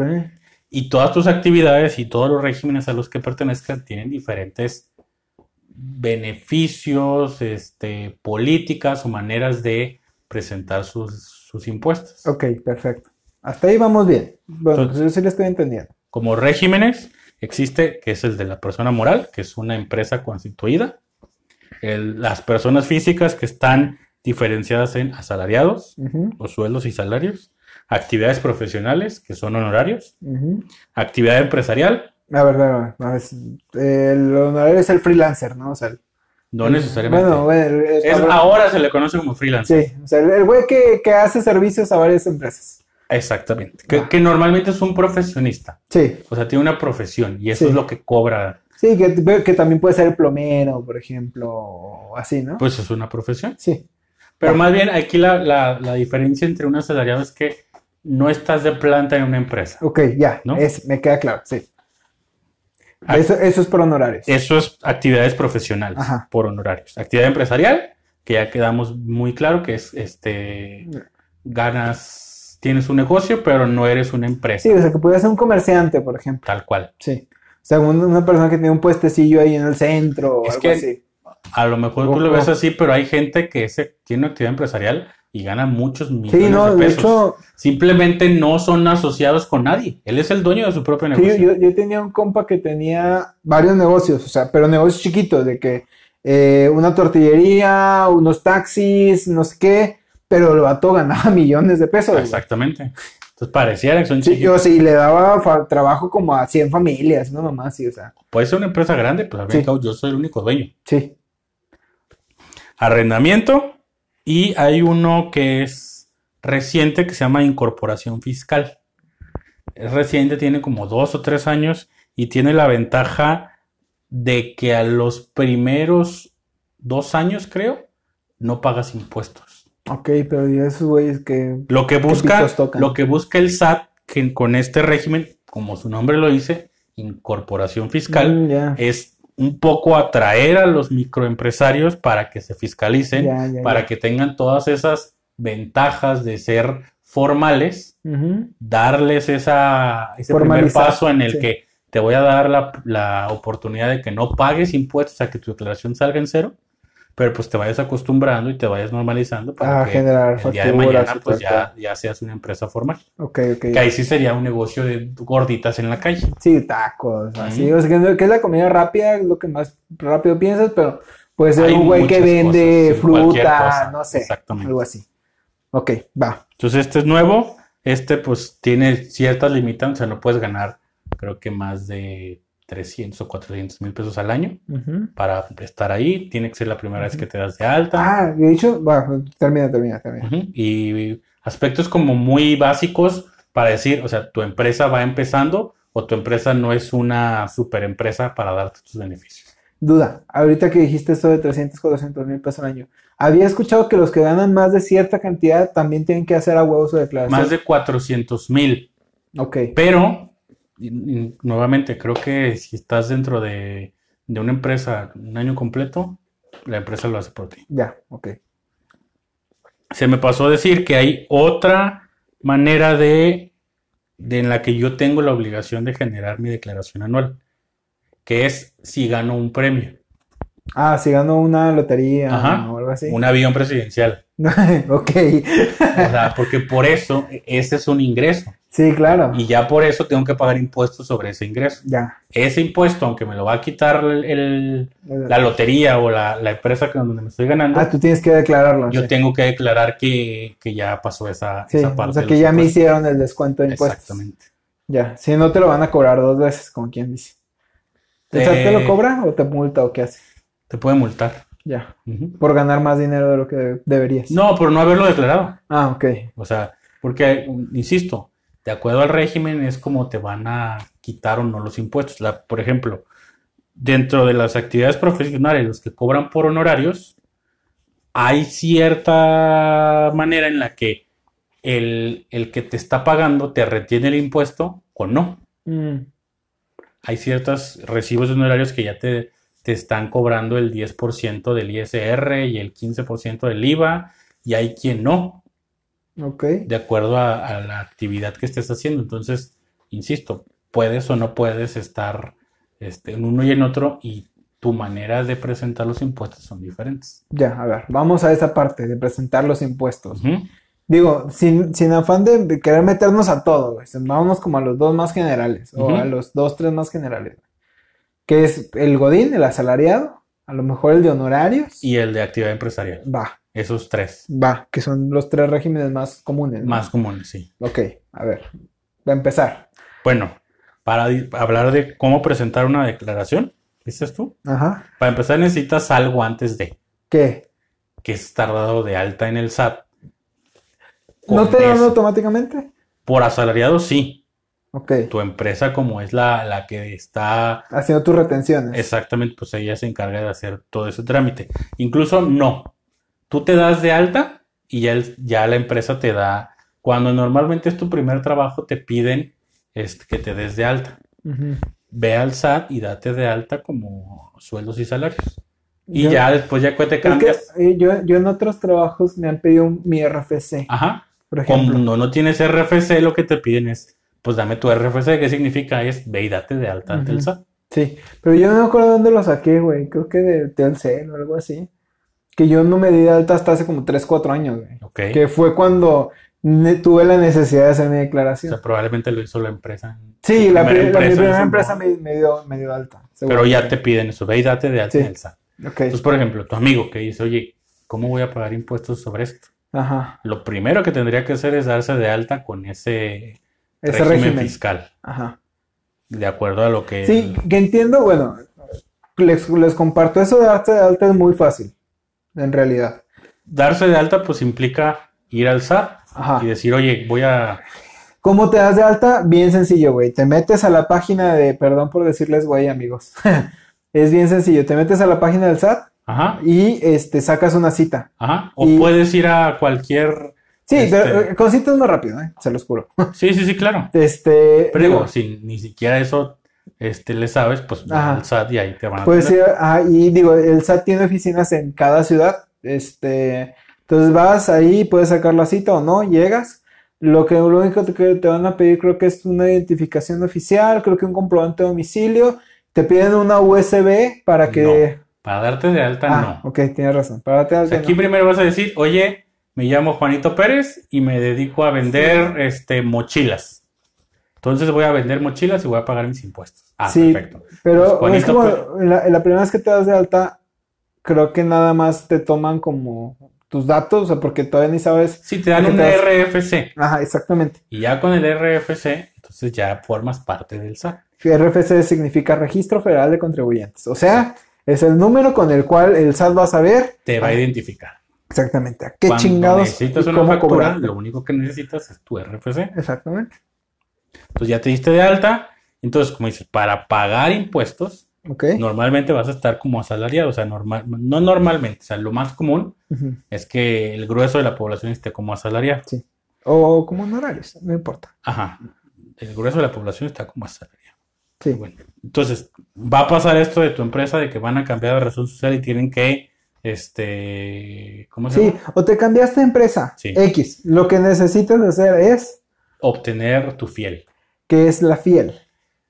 B: Y todas tus actividades y todos los regímenes a los que pertenezcas tienen diferentes beneficios, este, políticas o maneras de presentar sus, sus impuestos.
A: Ok, perfecto. Hasta ahí vamos bien. Bueno,
B: Entonces-
A: yo sí le estoy entendiendo.
B: Como regímenes existe, que es el de la persona moral, que es una empresa constituida. El- las personas físicas que están diferenciadas en asalariados,
A: Ujú,
B: los sueldos y salarios. Actividades profesionales, que son honorarios.
A: ujú.
B: Actividad empresarial,
A: A ver, a ver, a ver, es- el honorario es el freelancer, ¿no? O sea, el-
B: no
A: el-
B: necesariamente.
A: Bueno, bueno, el- el
B: es,
A: cabrón-
B: ahora se le conoce como freelance.
A: Sí, o sea, el- el güey que, que hace servicios a varias empresas.
B: Exactamente. Que,
A: Ah.
B: que normalmente es un profesionista.
A: Sí,
B: O sea, tiene una profesión y eso
A: Sí.
B: es lo que cobra.
A: sí, que, que también puede ser el plomero, por ejemplo, o así, ¿no?
B: Pues es una profesión.
A: Sí,
B: Pero más bien aquí la, la- la diferencia entre un asalariado es que no estás de planta en una empresa.
A: ok, ya,
B: ¿No?
A: es, me queda claro, sí.
B: Ah. Eh.
A: Eso, eso es por honorarios.
B: Eso es actividades profesionales
A: Ajá.
B: por honorarios. Actividad empresarial, que ya quedamos muy claro que es este ganas, tienes un negocio, pero no eres una empresa,
A: Sí, o sea, que puede ser un comerciante, por ejemplo.
B: tal cual.
A: Sí. O sea, un- una persona que tiene un puestecillo ahí en el centro o
B: Es
A: algo
B: que-
A: así.
B: A lo mejor tú lo
A: Ojo.
B: ves así, pero hay gente que se- tiene actividad empresarial y gana muchos millones
A: Sí, no,
B: de
A: de
B: pesos.
A: hecho,
B: Simplemente no son asociados con nadie. Él es el dueño de su propio
A: Sí,
B: negocio.
A: yo, yo tenía un compa que tenía varios negocios, o sea, pero negocios chiquitos, de que eh, una tortillería, unos taxis, no sé qué, pero el vato ganaba millones de pesos. güey.
B: Exactamente. Entonces pareciera que son
A: Sí,
B: chiquitos.
A: yo sí, le daba fa- trabajo como a 100 familias, no mamá, sí, o sea,
B: Puede ser una empresa grande, pues al fin y al
A: Sí.
B: cabo, yo soy el único dueño.
A: sí.
B: Arrendamiento y hay uno que es reciente que se llama incorporación fiscal. Es reciente, tiene como dos o tres años y tiene la ventaja de que a los primeros dos años, creo, no pagas impuestos.
A: Ok, pero y esos güeyes que.
B: Lo que busca,
A: pitos tocan?
B: lo que busca el SAT, que con este régimen, como su nombre lo dice, incorporación fiscal,
A: Mm, ya,
B: es un poco atraer a los microempresarios para que se fiscalicen,
A: ya, ya,
B: Este, para
A: ya.
B: que tengan todas esas ventajas de ser formales,
A: Ujú,
B: darles esa, ese primer
A: Formalizar,
B: paso en el
A: sí.
B: que te voy a dar la, la oportunidad de que no pagues impuestos a que tu declaración salga en cero, pero pues te vayas acostumbrando y te vayas normalizando para
A: A
B: que
A: generar
B: el día de
A: facturas
B: mañana
A: y
B: pues
A: tal
B: ya, ya seas una empresa formal.
A: cual. Ok, ok.
B: Que ahí sí sería un negocio de gorditas en la calle.
A: Sí, tacos, así.
B: Ujú.
A: O sea, que, no- que es la comida rápida, es lo que más rápido piensas, pero puede ser
B: Hay
A: Pues un güey que
B: muchas
A: vende
B: cosas, sí, cualquier
A: fruta,
B: cosa,
A: no sé,
B: exactamente.
A: algo así. Ok, va.
B: Entonces este es nuevo, este pues tiene ciertas limitantes, o sea, no puedes ganar creo que más de 300 o 400 mil pesos al año para estar ahí, tiene que ser la primera vez que te das de alta.
A: Ah, de hecho, bueno, termina, termina, termina.
B: Ujú. Y aspectos como muy básicos para decir, o sea, tu empresa va empezando o tu empresa no es una super empresa para darte tus beneficios.
A: Duda, ahorita que dijiste eso de 300, 400 mil pesos al año, había escuchado que los que ganan más de cierta cantidad también tienen que hacer a huevos su declaración.
B: Más de 400 mil.
A: Ok,
B: Pero, y- y nuevamente, creo que si estás dentro de, de una empresa un año completo, la empresa lo hace por ti.
A: ya, ok.
B: Se me pasó a decir que hay otra manera de de en la que yo tengo la obligación de generar mi declaración anual, que es si gano un premio,
A: Ah, si gano una lotería
B: Ajá.
A: o algo así.
B: un avión presidencial.
A: ok.
B: O sea, porque por eso ese es un ingreso
A: Sí, claro.
B: y ya por eso tengo que pagar impuestos sobre ese ingreso.
A: Ya.
B: Ese impuesto, aunque me lo va a quitar el- el- la lotería o la, la empresa que donde me estoy ganando,
A: Ah, tú tienes que declararlo.
B: yo
A: sí.
B: tengo que declarar que, que ya pasó esa,
A: Sí,
B: esa parte.
A: o sea
B: de
A: que
B: los
A: ya me
B: impuestos.
A: hicieron el descuento de impuestos.
B: Exactamente.
A: Ya, si no te lo van a cobrar dos veces, como quien dice. ¿El SAT te lo
B: Eh,
A: cobra o te multa o qué hace?
B: Te puede multar.
A: Ya,
B: Ujú.
A: por ganar más dinero de lo que de- deberías.
B: No, por no haberlo declarado.
A: Ah, ok.
B: O sea, porque, insisto, de acuerdo al régimen es como te van a quitar o no los impuestos. La- por ejemplo, dentro de las actividades profesionales, los que cobran por honorarios, hay cierta manera en la que el, el que te está pagando te retiene el impuesto o no.
A: Mm,
B: Hay ciertos recibos de honorarios que ya te, te están cobrando el 10% del ISR y el 15% del IVA, y hay quien no
A: ok.
B: de acuerdo a, a la actividad que estés haciendo. Entonces, insisto, puedes o no puedes estar este, en uno y en otro y tu manera de presentar los impuestos son diferentes.
A: Ya, a ver, vamos a esa parte de presentar los impuestos.
B: Ujú.
A: Digo, sin, sin afán de, de querer meternos a todo, güey. Vámonos como a los dos más generales, o
B: Ujú.
A: a los dos, tres más generales. Que es el Godín, el asalariado, a lo mejor el de honorarios.
B: Y el de actividad empresarial,
A: Va,
B: esos tres
A: va, que son los tres regímenes más comunes, ¿no?
B: más comunes, sí.
A: Ok, a ver, va a empezar.
B: Bueno, para di- hablar de cómo presentar una declaración, dices tú,
A: Ajá.
B: para empezar necesitas algo antes de,
A: ¿Qué?
B: que es tardado de alta en el SAT.
A: ¿No
B: Con
A: te dan
B: eso.
A: automáticamente?
B: Por asalariado, sí.
A: Ok,
B: Tu empresa, como es la, la que está
A: haciendo tus retenciones.
B: Exactamente, pues ella se encarga de hacer todo ese trámite. Incluso no. Tú te das de alta y ya, el- ya la empresa te da. Cuando normalmente es tu primer trabajo, te piden este, que te des de alta.
A: Ujú.
B: Ve al SAT y date de alta como sueldos y salarios. Y
A: Yo-
B: ya después ya que te
A: Es que
B: cambias.
A: eh, yo, yo en otros trabajos me han pedido un- mi RFC,
B: Ajá.
A: por ejemplo.
B: Cuando no tienes RFC, lo que te piden es, pues dame tu RFC. ¿Qué significa? Es ve y date de alta ante el
A: Ujú.
B: SAT.
A: Sí, pero yo no me acuerdo dónde lo saqué, güey. Creo que de Telcel o algo así. Que yo no me di de alta hasta hace como 3, 4 años, güey.
B: Ok.
A: Que fue cuando ne- tuve la necesidad de hacer mi
B: O
A: declaración.
B: sea, probablemente lo hizo la empresa.
A: sí, la,
B: primera
A: pri- la- mi
B: empresa,
A: primera
B: ¿no?
A: empresa me, me dio, me dio alta.
B: Pero ya te
A: seguramente.
B: piden eso, ve y date de alta
A: Sí.
B: en el SAT.
A: Ok,
B: Entonces, por ejemplo, tu amigo que dice, oye, ¿cómo voy a pagar impuestos sobre esto?
A: ajá.
B: Lo primero que tendría que hacer es darse de alta con ese,
A: Ese
B: régimen,
A: régimen.
B: fiscal,
A: Ajá.
B: de acuerdo a lo que...
A: Sí, que entiendo, bueno, les, les comparto eso de arte de alta es muy fácil, en realidad.
B: Darse de alta pues implica ir al SAT
A: Ajá.
B: y decir, oye, voy a...
A: ¿Cómo te das de alta? Bien sencillo, güey. Te metes a la página de, perdón por decirles, güey, amigos. es bien sencillo. Te metes a la página del SAT
B: Ajá,
A: y este, sacas una cita.
B: ajá. O
A: Y-
B: puedes ir a cualquier...
A: Sí,
B: Este-
A: pero eh, con citas más rápido, ¿eh? Se los juro.
B: Sí, sí, sí, claro.
A: Este,
B: Pero digo,
A: digo,
B: si ni siquiera eso este, le sabes, pues ve
A: Ajá.
B: al SAT y ahí te van a...
A: puedes
B: atender.
A: ir a- Pues ah, y digo, el SAT tiene oficinas en cada ciudad. Este, entonces vas ahí, puedes sacar la cita o no, llegas. Lo que lo único que te van a pedir creo que es una identificación oficial, creo que un comprobante de domicilio. Te piden una USB para que...
B: Para darte de alta, no.
A: Ah, ok, tienes razón. Para
B: O sea, aquí primero vas a decir, oye, me llamo Juanito Pérez y me dedico a vender este, mochilas. Entonces voy a vender mochilas y voy a pagar mis impuestos. Ah,
A: Sí.
B: perfecto.
A: Pero
B: pues, Juanito,
A: es como
B: pero-
A: en la, en la primera vez que te das de alta, creo que nada más te toman como tus datos, o sea, porque todavía ni sabes.
B: Si te dan
A: ¿Qué
B: un
A: te
B: RFC
A: Ajá, exactamente.
B: y ya con el RFC, entonces ya formas parte del SAT.
A: RFC significa Registro Federal de Contribuyentes. O sea, es el número con el cual el SAT va a saber
B: Te va a
A: Ah.
B: identificar.
A: exactamente a qué
B: Cuando
A: chingados y
B: necesitas una
A: cómo
B: factura,
A: cobrar.
B: lo único que necesitas es tu RFC.
A: Exactamente.
B: Entonces ya te diste de alta. Entonces, como dices, para pagar impuestos,
A: Ok.
B: normalmente vas a estar como asalariado. O sea, normal, no normalmente, o sea, lo más común
A: Ujú.
B: es que el grueso de la población esté como asalariado.
A: O como honorarios, no importa.
B: Ajá. El grueso de la población está como asalariado.
A: Sí.
B: Bueno, entonces, va a pasar esto de tu empresa de que van a cambiar de razón social y tienen que, este, ¿cómo se
A: Sí,
B: llama?
A: o te cambiaste de empresa,
B: Sí.
A: X. Lo que necesitas hacer es.
B: obtener tu fiel.
A: ¿Qué es la fiel?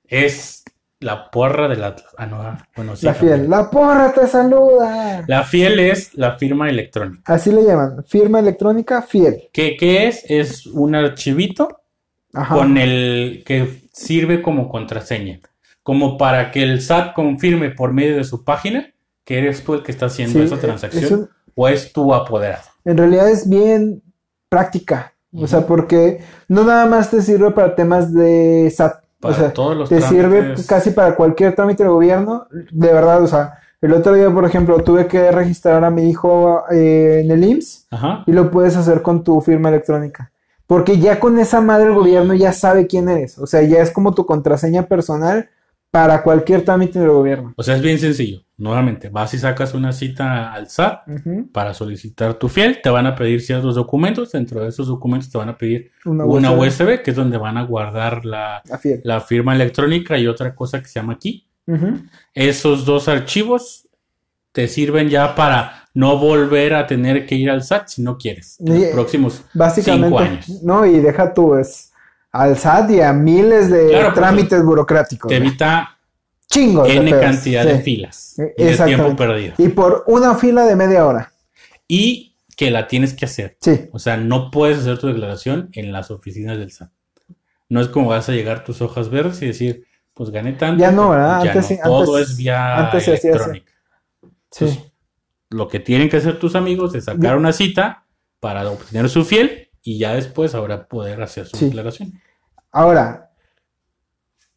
B: Es la porra del Atlas. Ah, no, ah, bueno, sí,
A: la fiel.
B: también.
A: La porra te saluda.
B: La fiel es la firma electrónica.
A: Así le llaman. Firma electrónica fiel.
B: ¿Qué, qué es? Es un archivito
A: Ajá.
B: con el que sirve como contraseña. Como para que el SAT confirme por medio de su página que eres tú el que está haciendo
A: Sí,
B: esa
A: es
B: transacción
A: un-
B: o es tu apoderado.
A: en realidad es bien práctica. O sea, porque no nada más te sirve para temas de SAT.
B: Para
A: o sea,
B: todos los
A: te sirve
B: trámites.
A: casi para cualquier trámite de gobierno. De verdad, o sea, el otro día, por ejemplo, tuve que registrar a mi hijo eh, en el IMSS
B: Ajá.
A: y lo puedes hacer con tu firma electrónica. Porque ya con esa madre el gobierno ya sabe quién eres. O sea, ya es como tu contraseña personal para cualquier trámite del gobierno.
B: O sea, es bien sencillo. Nuevamente, vas y sacas una cita al SAT
A: Ujú.
B: para solicitar tu fiel. Te van a pedir ciertos documentos. Dentro de esos documentos te van a pedir
A: Una,
B: una
A: bolsa de-
B: USB, que es donde van a guardar la,
A: La fiel.
B: la firma electrónica y otra cosa que se llama aquí.
A: Ujú.
B: Esos dos archivos te sirven ya para no volver a tener que ir al SAT si no quieres. En los
A: Y-
B: próximos.
A: Básicamente,
B: Cinco años.
A: no, y deja tú, es al SAT y a miles de
B: Claro, porque
A: trámites burocráticos.
B: Te
A: güey.
B: evita
A: Chingos. de
B: N
A: pedos,
B: cantidad de
A: sí.
B: filas
A: Eh,
B: y de tiempo
A: exactamente.
B: perdido.
A: Y por una fila de media hora.
B: Y que la tienes que hacer.
A: Sí.
B: O sea, no puedes hacer tu declaración en las oficinas del SAT. No es como vas a llegar tus hojas verdes y decir, pues gané tanto.
A: Ya no, ¿verdad?
B: Ya
A: Antes
B: no.
A: sí,
B: Todo
A: antes-
B: es vía
A: antes se hacía así.
B: electrónica.
A: Sí.
B: Entonces, lo que tienen que hacer tus amigos es sacar
A: Yo-
B: una cita para obtener su fiel y ya después habrá poder hacer su
A: Sí.
B: declaración.
A: Ahora,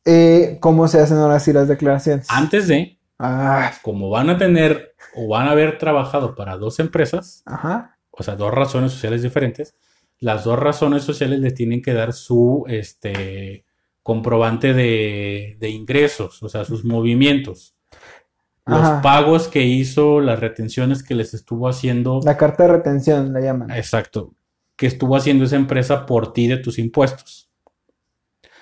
A: eh, ¿cómo se hacen ahora sí las declaraciones?
B: Antes de,
A: Ah,
B: como van a tener o van a haber trabajado para dos empresas,
A: ajá.
B: o sea, dos razones sociales diferentes, las dos razones sociales les tienen que dar su este, comprobante de, de ingresos, o sea, sus movimientos, los
A: Ajá.
B: pagos que hizo, las retenciones que les estuvo haciendo,
A: La carta de retención la llaman.
B: exacto, que estuvo haciendo esa empresa por ti de tus impuestos.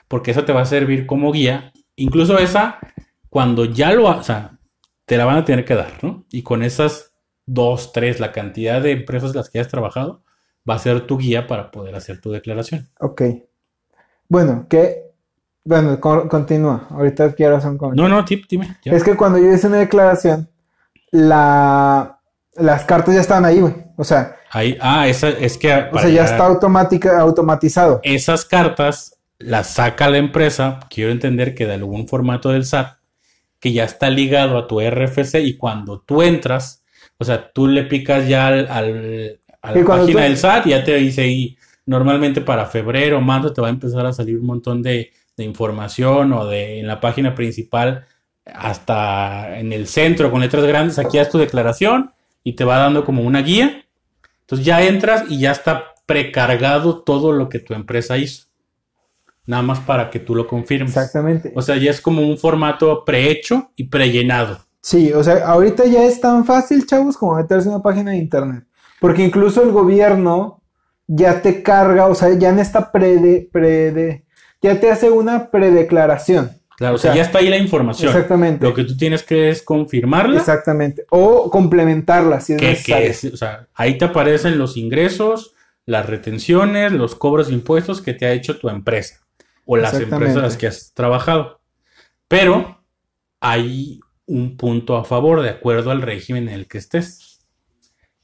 B: Porque esa te va a servir como guía, incluso esa, cuando ya lo, ha- o sea, te la van a tener que dar, ¿no? Y con esas dos, tres, la cantidad de empresas en las que has trabajado, va a ser tu guía para poder hacer tu declaración.
A: Ok. Bueno, que. Bueno, con- continúa. Ahorita quiero hacer un comentario.
B: No, no, tip, dime. ya.
A: Es que cuando yo hice una declaración, la, las cartas ya estaban ahí, güey. O sea,
B: Ahí, ah, esa, es que
A: o
B: para
A: sea, ya
B: llegar-
A: está automática, automatizado.
B: esas cartas las saca la empresa, quiero entender que de algún formato del SAT, que ya está ligado a tu RFC y cuando tú entras, o sea, tú le picas ya al, al- a la
A: Y cuando
B: página
A: tú-
B: del SAT, ya te dice ahí, normalmente para febrero, marzo, te va a empezar a salir un montón de, de información o de en la página principal, hasta en el centro con letras grandes, aquí haz tu declaración y te va dando como una guía. Entonces ya entras y ya está precargado todo lo que tu empresa hizo. Nada más para que tú lo confirmes.
A: Exactamente.
B: O sea, ya es como un formato prehecho y prellenado.
A: Sí, o sea, ahorita ya es tan fácil, chavos, como meterse en una página de internet. Porque incluso el gobierno ya te carga, o sea, ya en esta prede, prede, ya te hace una predeclaración.
B: Claro, o sea,
A: O sea,
B: ya está ahí la información.
A: Exactamente.
B: Lo que tú tienes que es confirmarla.
A: Exactamente. O complementarla si es
B: que,
A: necesario.
B: que es- o sea, ahí te aparecen los ingresos, las retenciones, los cobros de impuestos que te ha hecho tu empresa o las
A: Exactamente.
B: empresas a las que has trabajado. Pero hay un punto a favor de acuerdo al régimen en el que estés,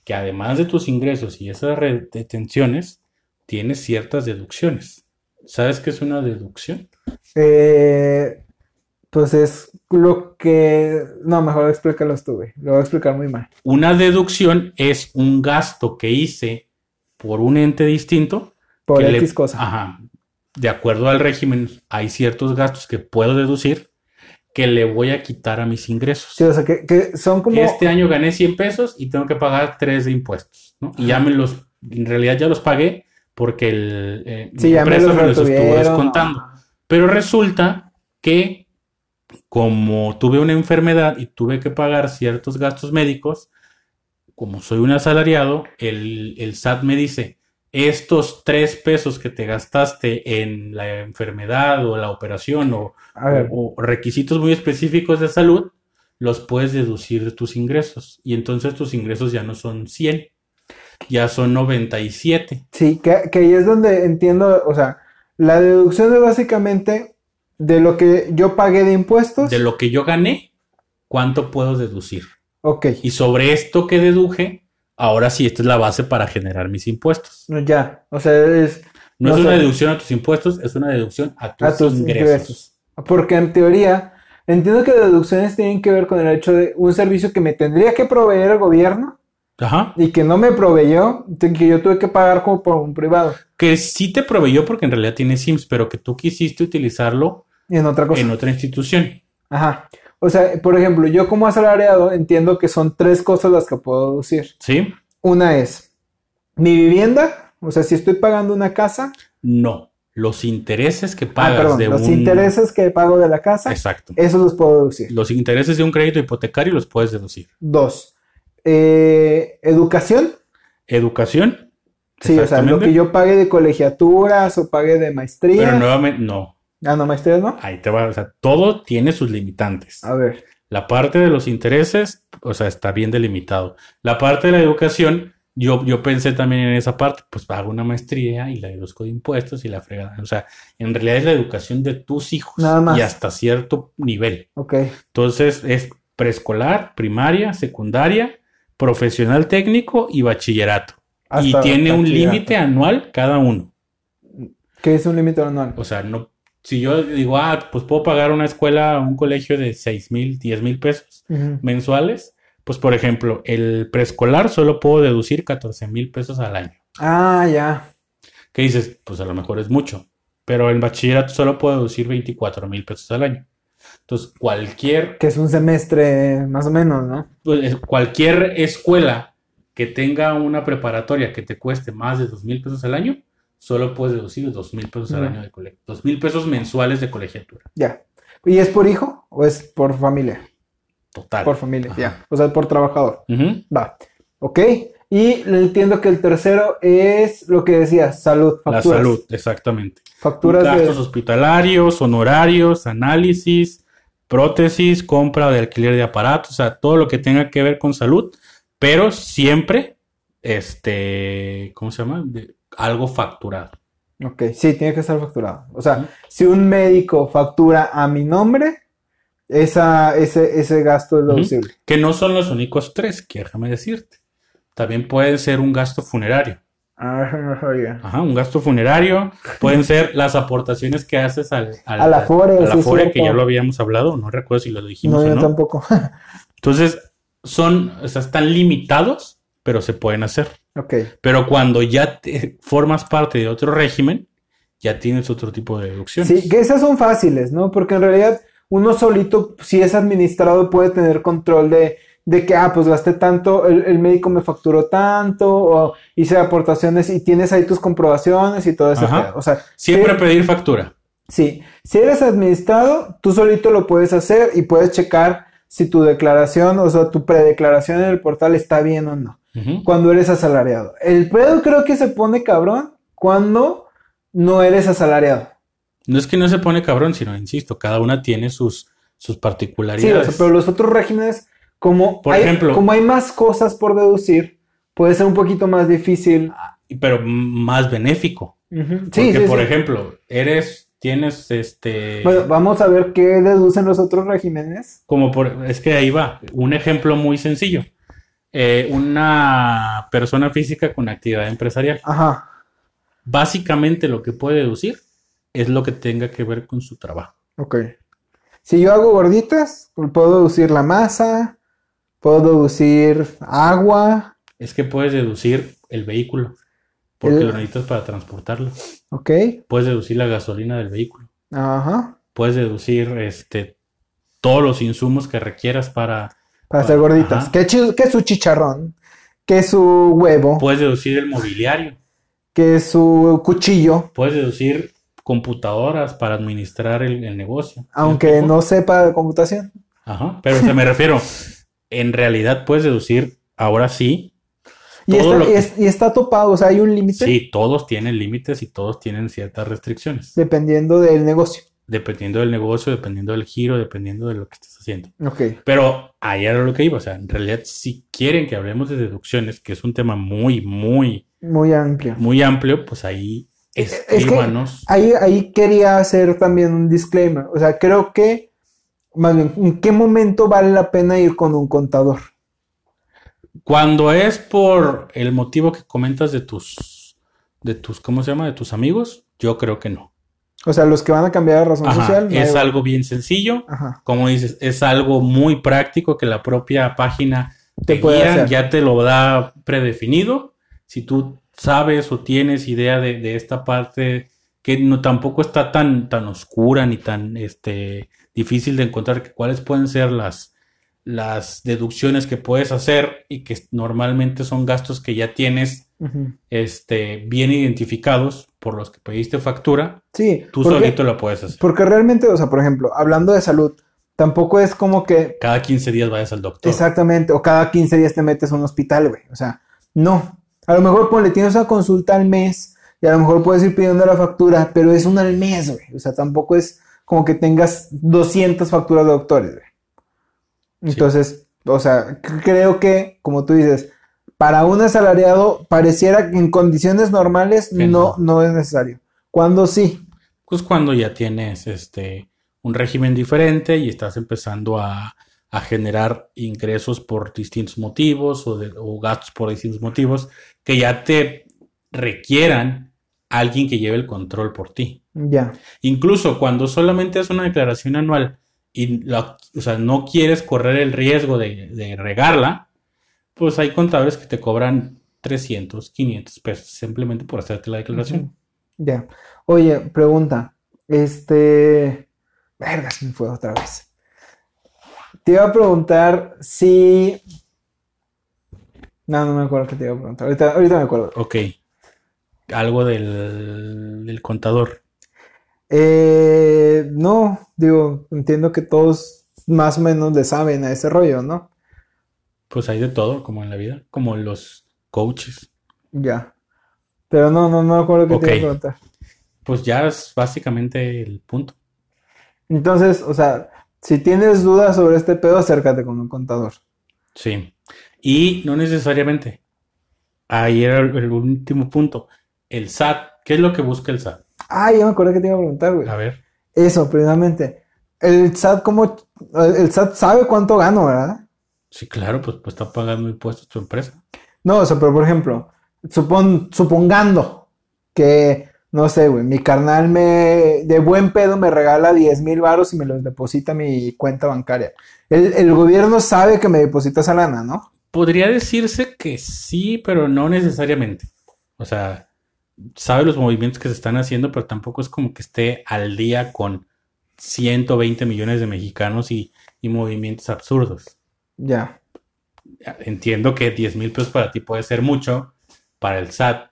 B: que además de tus ingresos y esas retenciones, tienes ciertas deducciones. ¿Sabes qué es una deducción?
A: Eh, pues es lo que. No, mejor explícalos tú, güey. Lo voy a explicar muy mal.
B: Una deducción es un gasto que hice por un ente distinto
A: Por
B: que le- Ah.
A: X cosa.
B: Ajá. De acuerdo al régimen, hay ciertos gastos que puedo deducir que le voy a quitar a mis ingresos.
A: Sí, o sea, que, que son como.
B: Este año gané 100 pesos y tengo que pagar 3 de impuestos, ¿no? Y ya me los, en realidad ya los pagué porque el, eh,
A: Sí,
B: mi
A: ya me
B: empresa
A: los
B: me los estuvo
A: retuvieron,
B: descontando. Pero resulta que como tuve una enfermedad y tuve que pagar ciertos gastos médicos, como soy un asalariado, el, el SAT me dice, estos tres pesos que te gastaste en la enfermedad o la operación o,
A: A ver,
B: o- o requisitos muy específicos de salud, los puedes deducir de tus ingresos. Y entonces tus ingresos ya no son 100, ya son 97.
A: sí, que, que ahí es donde entiendo, o sea, La deducción es básicamente de lo que yo pagué de impuestos.
B: De lo que yo gané, ¿cuánto puedo deducir?
A: Ok,
B: Y sobre esto que deduje, ahora sí, esta es la base para generar mis impuestos.
A: ya. O sea, es
B: No
A: No
B: es una
A: sé.
B: deducción a tus impuestos, es una deducción a tus,
A: a tus
B: ingresos.
A: ingresos. Porque en teoría, entiendo que deducciones tienen que ver con el hecho de un servicio que me tendría que proveer el gobierno
B: Ajá.
A: y que no me proveyó, de que yo tuve que pagar como por un privado.
B: Que sí te proveyó porque en realidad tiene SIMS, pero que tú quisiste utilizarlo
A: Y en otra cosa.
B: en otra institución.
A: Ajá. O sea, por ejemplo, yo como asalariado entiendo que son tres cosas las que puedo deducir.
B: ¿Sí?
A: Una es mi vivienda, o sea, si estoy pagando una casa,
B: No. Los intereses que
A: ah,
B: pagas de
A: perdón, los
B: un-
A: intereses que pago de la casa,
B: Exacto.
A: esos los puedo deducir.
B: Los intereses de un crédito hipotecario los puedes deducir.
A: Dos, eh, educación,
B: Educación.
A: sí, o sea, lo que yo pague de colegiaturas o pague de maestría.
B: Pero nuevamente, no.
A: Ah, no, maestría no.
B: Ahí te va. O sea, todo tiene sus limitantes.
A: A ver,
B: La parte de los intereses, o sea, está bien delimitado. La parte de la educación, yo, yo pensé también en esa parte, pues hago una maestría y la deduzco de impuestos y la fregada. O sea, en realidad es la educación de tus hijos
A: Nada más.
B: y hasta cierto nivel.
A: ok,
B: Entonces es preescolar, primaria, secundaria, profesional técnico y bachillerato. y
A: Hasta
B: tiene un
A: bachillerato.
B: límite anual cada uno.
A: que es un límite anual.
B: O sea, no, si yo digo, ah, pues puedo pagar una escuela, un colegio de 6 mil, 10 mil pesos
A: Ujú.
B: mensuales, pues por ejemplo, el preescolar solo puedo deducir 14 mil pesos al año.
A: Ah, ya.
B: ¿Qué dices? Pues a lo mejor es mucho, pero en bachillerato solo puedo deducir 24 mil pesos al año. Entonces, cualquier,
A: Que es un semestre más o menos, ¿no?
B: pues, es- cualquier escuela que tenga una preparatoria que te cueste más de 2 mil pesos al año, solo puedes deducir 2 mil pesos al
A: Ujú.
B: año de colegio, 2 mil pesos mensuales de colegiatura.
A: Ya. ¿Y es por hijo o es por familia?
B: Total.
A: Por familia,
B: Ajá.
A: ya. O sea, por trabajador.
B: Ujú.
A: Va. Ok. Y entiendo que el tercero es lo que decía, salud,
B: La
A: facturas.
B: salud, exactamente.
A: Facturas
B: gastos
A: de...
B: hospitalarios, honorarios, análisis, prótesis, compra de alquiler de aparatos, o sea, todo lo que tenga que ver con salud, pero siempre, este, ¿cómo se llama? De- algo facturado.
A: Ok, sí, tiene que estar facturado. O sea,
B: Ujú.
A: si un médico factura a mi nombre, esa, ese, ese gasto es
B: Ujú.
A: deducible.
B: Que no son los únicos tres, que déjame decirte. También puede ser un gasto funerario.
A: Ajá, ya.
B: Ajá, un gasto funerario. Pueden ser las aportaciones que haces al, al,
A: A la Afore,
B: a la
A: sí,
B: Afore,
A: cierto.
B: que ya lo habíamos hablado, no recuerdo si lo dijimos
A: No,
B: o
A: yo
B: no.
A: tampoco.
B: Entonces, son, o sea, están limitados, pero se pueden hacer.
A: ok,
B: Pero cuando ya te- formas parte de otro régimen, ya tienes otro tipo de deducciones.
A: sí, que esas son fáciles, ¿no? Porque en realidad uno solito, si es administrado, puede tener control de, de que, ah, pues gasté tanto, el, el médico me facturó tanto, o hice aportaciones y tienes ahí tus comprobaciones y todo eso.
B: Ajá.
A: O sea,
B: Siempre
A: sí.
B: pedir factura.
A: sí, si eres administrado, tú solito lo puedes hacer y puedes checar si tu declaración, o sea, tu predeclaración en el portal está bien o no.
B: Ujú.
A: cuando eres asalariado. El pedo creo que se pone cabrón cuando no eres asalariado.
B: No es que no se pone cabrón, sino, insisto, cada una tiene sus, sus
A: Sí, o
B: particularidades.
A: sea, pero los otros regímenes, como,
B: Por
A: hay,
B: ejemplo-
A: como hay más cosas por deducir, puede ser un poquito más difícil.
B: Pero m- más benéfico.
A: Ujú. Sí,
B: Porque,
A: sí,
B: por
A: sí.
B: ejemplo, eres, tienes este.
A: Bueno, vamos a ver qué deducen los otros regímenes.
B: Como por, es que ahí va, un ejemplo muy sencillo. Eh, una persona física con actividad empresarial.
A: Ajá,
B: Básicamente lo que puede deducir es lo que tenga que ver con su trabajo.
A: ok. Si yo hago gorditas, puedo deducir la masa, puedo deducir agua,
B: Es que puedes deducir el vehículo, porque
A: El-
B: lo necesitas para transportarlo.
A: ok.
B: Puedes deducir la gasolina del vehículo.
A: Ajá,
B: Puedes deducir este, todos los insumos que requieras para...
A: para hacer
B: Ajá.
A: gorditas. Que, chi- que su chicharrón, que su huevo.
B: Puedes deducir el mobiliario.
A: que su cuchillo,
B: Puedes deducir computadoras para administrar el, el negocio. ¿Sí me
A: aunque
B: explico?
A: no sepa de computación.
B: Ajá, pero se me refiero, en realidad puedes deducir, ahora sí,
A: Y
B: Todo
A: está,
B: lo
A: y
B: que-
A: es- y está topado, o sea, hay un límite
B: sí, todos tienen límites y todos tienen ciertas restricciones,
A: dependiendo del negocio.
B: dependiendo del negocio, dependiendo del giro, dependiendo de lo que estés haciendo.
A: Ok,
B: Pero ahí era lo que iba, o sea, en realidad si quieren que hablemos de deducciones, que es un tema muy, muy,
A: muy amplio.
B: muy amplio, pues ahí Escríbanos.
A: Ahí, ahí quería hacer también un disclaimer. O sea, creo que, más bien, ¿en qué momento vale la pena ir con un contador?
B: Cuando es por el motivo que comentas de tus, de tus, ¿cómo se llama? De tus amigos, yo creo que no.
A: O sea, los que van a cambiar de razón
B: Ajá,
A: social. no
B: es
A: hay-
B: algo bien sencillo.
A: Ajá.
B: Como dices, es algo muy práctico que la propia página
A: Te
B: te,
A: puede
B: guía,
A: hacer.
B: ya te lo da predefinido. Si tú sabes o tienes idea de, de esta parte que no tampoco está tan, tan oscura ni tan este, difícil de encontrar, que cuáles pueden ser las, las deducciones que puedes hacer y que normalmente son gastos que ya tienes
A: Ujú.
B: este, bien identificados por los que pediste factura,
A: Sí,
B: tú
A: porque,
B: solito lo puedes hacer.
A: porque realmente, o sea, por ejemplo, hablando de salud, tampoco es como que
B: Cada 15 días vayas al doctor.
A: exactamente, o cada 15 días te metes a un hospital, güey. O sea, no. A lo mejor pues, le tienes una consulta al mes y a lo mejor puedes ir pidiendo la factura, pero es una al mes, güey. O sea, tampoco es como que tengas 200 facturas de doctores, güey. Entonces, o sea, c- creo que, como tú dices, para un asalariado pareciera que en condiciones normales
B: Que
A: no, no es necesario. Cuando sí,
B: Pues cuando ya tienes este un régimen diferente y estás empezando a, a generar ingresos por distintos motivos o, de- o gastos por distintos motivos que ya te requieran alguien que lleve el control por ti.
A: ya.
B: Incluso cuando solamente es una declaración anual y la- o sea, no quieres correr el riesgo de, de regarla, pues hay contadores que te cobran 300, 500 pesos simplemente por hacerte la declaración.
A: Ujú. Ya. Oye, pregunta. Este. Vergas, me fue otra vez. Te iba a preguntar si. No, no me acuerdo qué te iba a preguntar. Ahorita, ahorita me acuerdo.
B: Ok. Algo del, del contador.
A: Eh, no, digo, entiendo que todos más o menos le saben a ese rollo, ¿no?
B: Pues hay de todo, como en la vida, como los coaches.
A: Ya. Pero no, no, no me acuerdo qué te iba a
B: Ok.
A: preguntar.
B: Pues ya es básicamente el punto.
A: Entonces, o sea, si tienes dudas sobre este pedo, acércate con un contador.
B: Sí. Y no necesariamente. Ahí era el, el último punto. El SAT. ¿Qué es lo que busca el SAT?
A: Ah, ya me acuerdo que te iba a preguntar, güey.
B: A ver.
A: Eso, precisamente. El SAT, como el SAT sabe cuánto gano, ¿verdad?
B: Sí, claro, pues, pues está pagando impuestos tu empresa.
A: No, o sea, pero por ejemplo, supon, supongando que, no sé, güey, mi carnal me, de buen pedo me regala 10 mil varos y me los deposita a mi cuenta bancaria. El, el gobierno sabe que me deposita esa lana, ¿no?
B: Podría decirse que sí, pero no necesariamente. O sea, sabe los movimientos que se están haciendo, pero tampoco es como que esté al día con 120 millones de mexicanos y, y movimientos absurdos.
A: Ya.
B: Entiendo que 10 mil pesos para ti puede ser mucho, para el SAT,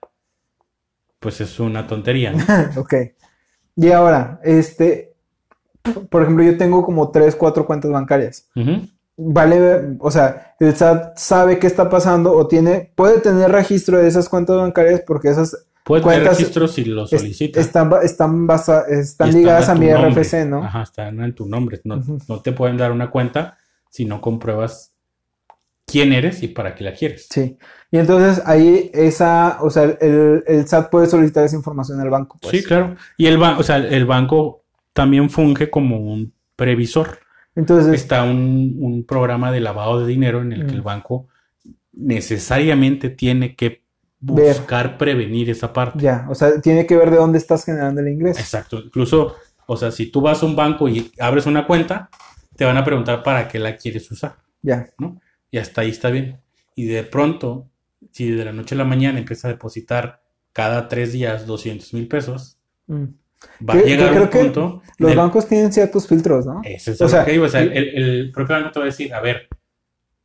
B: pues es una tontería. ¿no?
A: Ok. Y ahora, este, por ejemplo, yo tengo como 3, 4 cuentas bancarias.
B: Ujú.
A: Vale, o sea, el SAT sabe qué está pasando o tiene, puede tener registro de esas cuentas bancarias porque esas
B: Puedes tener
A: Cuentas-
B: registros si lo
A: es-
B: solicitas.
A: están, ba- están, basa-
B: y
A: están ligadas a
B: tu
A: mi
B: nombre.
A: RFC, ¿no?
B: Ajá, están en tu nombre. No,
A: Ujú.
B: no te pueden dar una cuenta si no compruebas quién eres y para qué la quieres.
A: Sí. Y entonces ahí esa, o sea, el, el SAT puede solicitar esa información al banco, pues.
B: Sí, claro. Y el, ba- o sea, el banco también funge como un previsor.
A: Entonces,
B: Está un, un programa de lavado de dinero en el que el
A: Mm.
B: banco necesariamente tiene que buscar prevenir esa parte.
A: ya, o sea, tiene que ver de dónde estás generando el ingreso.
B: Exacto. Incluso, o sea, si tú vas a un banco y abres una cuenta, te van a preguntar para qué la quieres usar.
A: Ya,
B: y hasta ahí está bien. Y de pronto, si de la noche a la mañana empieza a depositar cada tres días 200 mil pesos,
A: Mm.
B: va a
A: Que-
B: llegar
A: que
B: un
A: creo que
B: punto en
A: Los
B: el-
A: bancos tienen ciertos filtros, ¿no?
B: Ese es
A: o
B: a lo
A: sea,
B: que digo, o sea,
A: y-
B: el, el propio banco te va a decir, a ver,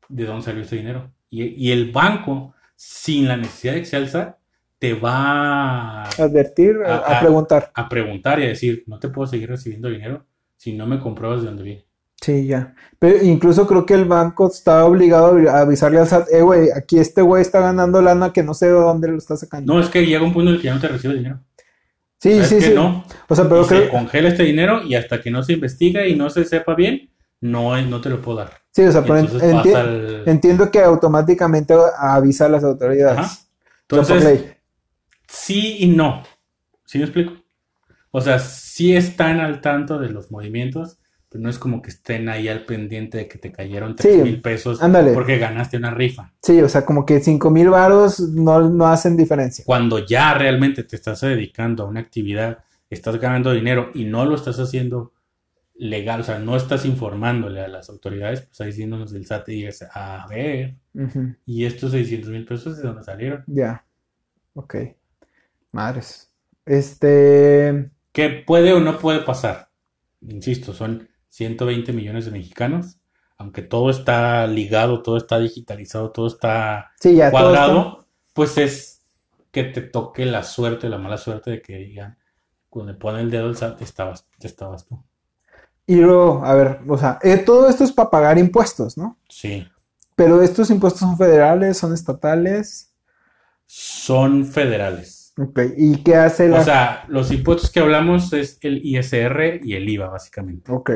B: ¿de dónde salió este dinero? Y, y el banco, sin la necesidad de excelsa, te va a,
A: Advertir, a,
B: A-
A: a
B: a-
A: preguntar.
B: a preguntar y a decir, no te puedo seguir recibiendo dinero si no me compruebas de dónde viene.
A: Sí, ya. Pero incluso creo que el banco está obligado a avisarle al SAT, eh, güey, aquí este güey está ganando lana que no sé de dónde lo está sacando.
B: No, es que llega un punto en el que ya no te recibo dinero.
A: sí,
B: es
A: sí,
B: que
A: sí.
B: no,
A: O sea,
B: y
A: pero
B: se
A: creo,
B: congela este dinero y hasta que no se investiga y no se sepa bien, no, no te lo puedo dar.
A: sí, o sea,
B: Y
A: pero en-
B: entonces
A: enti-
B: pasa al...
A: entiendo que automáticamente avisa a las autoridades.
B: Ajá.
A: O sea, por
B: Entonces,
A: ley.
B: sí y no. ¿Sí me explico? O sea, sí están al tanto de los movimientos, pero no es como que estén ahí al pendiente de que te cayeron
A: Sí,
B: 3 mil pesos
A: ándale.
B: porque ganaste una rifa.
A: Sí, o sea, como que 5 mil varos no, no hacen diferencia.
B: Cuando ya realmente te estás dedicando a una actividad, estás ganando dinero y no lo estás haciendo legal, o sea, no estás informándole a las autoridades, pues ahí sí nos del SAT y digas, a ver,
A: Ujú,
B: y estos 600 mil pesos de dónde salieron.
A: Ya. Ok. Madres. Este.
B: ¿Qué puede o no puede pasar? Insisto, son 120 millones de mexicanos, aunque todo está ligado, todo está digitalizado, todo está
A: Sí, ya todo está-
B: cuadrado, pues es que te toque la suerte, la mala suerte de que digan, cuando le ponen el dedo al SAT, estabas, ya estabas tú.
A: Y luego, a ver, o sea, eh, todo esto es para pagar impuestos, ¿no?
B: Sí.
A: Pero estos impuestos son federales, son estatales.
B: Son federales.
A: Ok. ¿Y qué hace la.
B: O sea, los impuestos que hablamos es el ISR y el IVA, básicamente.
A: ok.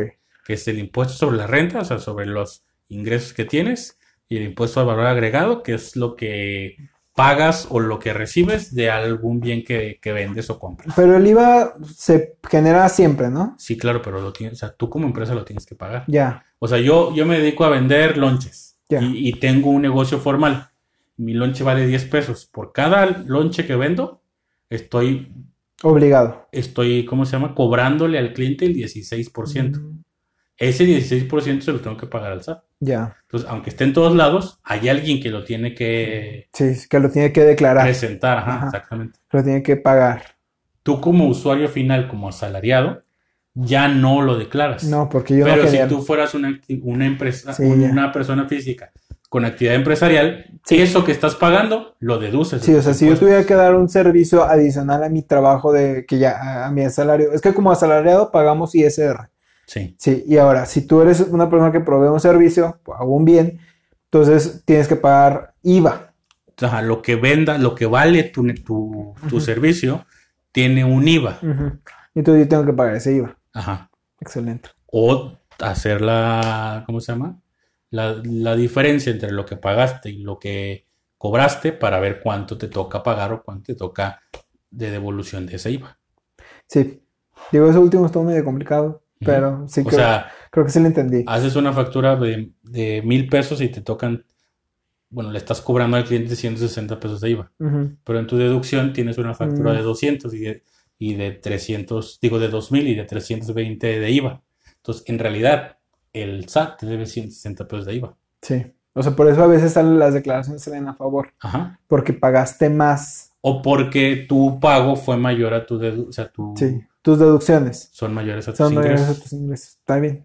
B: que es el impuesto sobre la renta, o sea, sobre los ingresos que tienes, y el impuesto al valor agregado, que es lo que pagas o lo que recibes de algún bien que, que vendes o compras.
A: Pero el IVA se genera siempre, ¿no?
B: Sí, claro, pero lo tienes, o sea, tú como empresa lo tienes que pagar.
A: Ya.
B: O sea, yo, yo me dedico a vender lonches
A: Ya.
B: y, y tengo un negocio formal. Mi lonche vale 10 pesos. Por cada lonche que vendo, estoy,
A: Obligado.
B: estoy, ¿cómo se llama? Cobrándole al cliente el 16%.
A: Mm,
B: Ese 16% se lo tengo que pagar al SAT.
A: Ya.
B: Entonces, aunque esté en todos lados, hay alguien que lo tiene que
A: Sí, es que lo tiene que declarar,
B: presentar. Ajá,
A: Ajá.
B: exactamente.
A: lo tiene que pagar.
B: Tú como usuario final, como asalariado, ya no lo declaras.
A: No, porque yo no
B: Pero si
A: genero.
B: tú fueras una, acti- una empresa,
A: Sí, ya.
B: una persona física con actividad empresarial,
A: Sí.
B: eso que estás pagando lo deduces.
A: Sí,
B: de
A: o sea,
B: tus
A: si yo
B: impuestos.
A: tuviera que dar un servicio adicional a mi trabajo de que ya a- a mi salario, es que como asalariado pagamos ISR.
B: Sí,
A: Sí, y ahora, si tú eres una persona que provee un servicio o un bien, entonces tienes que pagar IVA.
B: Ajá, lo que venda, lo que vale tu, tu, tu
A: Ujú.
B: servicio, tiene un IVA.
A: Entonces yo tengo que pagar ese IVA.
B: Ajá.
A: Excelente.
B: o hacer la, ¿cómo se llama? La, la diferencia entre lo que pagaste y lo que cobraste para ver cuánto te toca pagar o cuánto te toca de devolución de ese IVA.
A: Sí. Digo, eso último estuvo medio complicado, pero sí
B: O
A: creo,
B: sea, ah.
A: creo que sí lo entendí.
B: haces una factura de, de mil pesos y te tocan, bueno, le estás cobrando al cliente 160 pesos de IVA,
A: Ujú.
B: pero en tu deducción tienes una factura
A: Mm.
B: de 200 y de, y de 300, digo de 2000 y de 320 de IVA. Entonces, en realidad, el SAT te debe 160 pesos de IVA.
A: Sí. O sea, por eso a veces salen las declaraciones salen a favor,
B: Ajá.
A: porque pagaste más.
B: o porque tu pago fue mayor a tu dedu o sea, tu
A: Sí. Tus deducciones.
B: son mayores a tus
A: Son
B: ingresos.
A: mayores a tus ingresos. Está bien.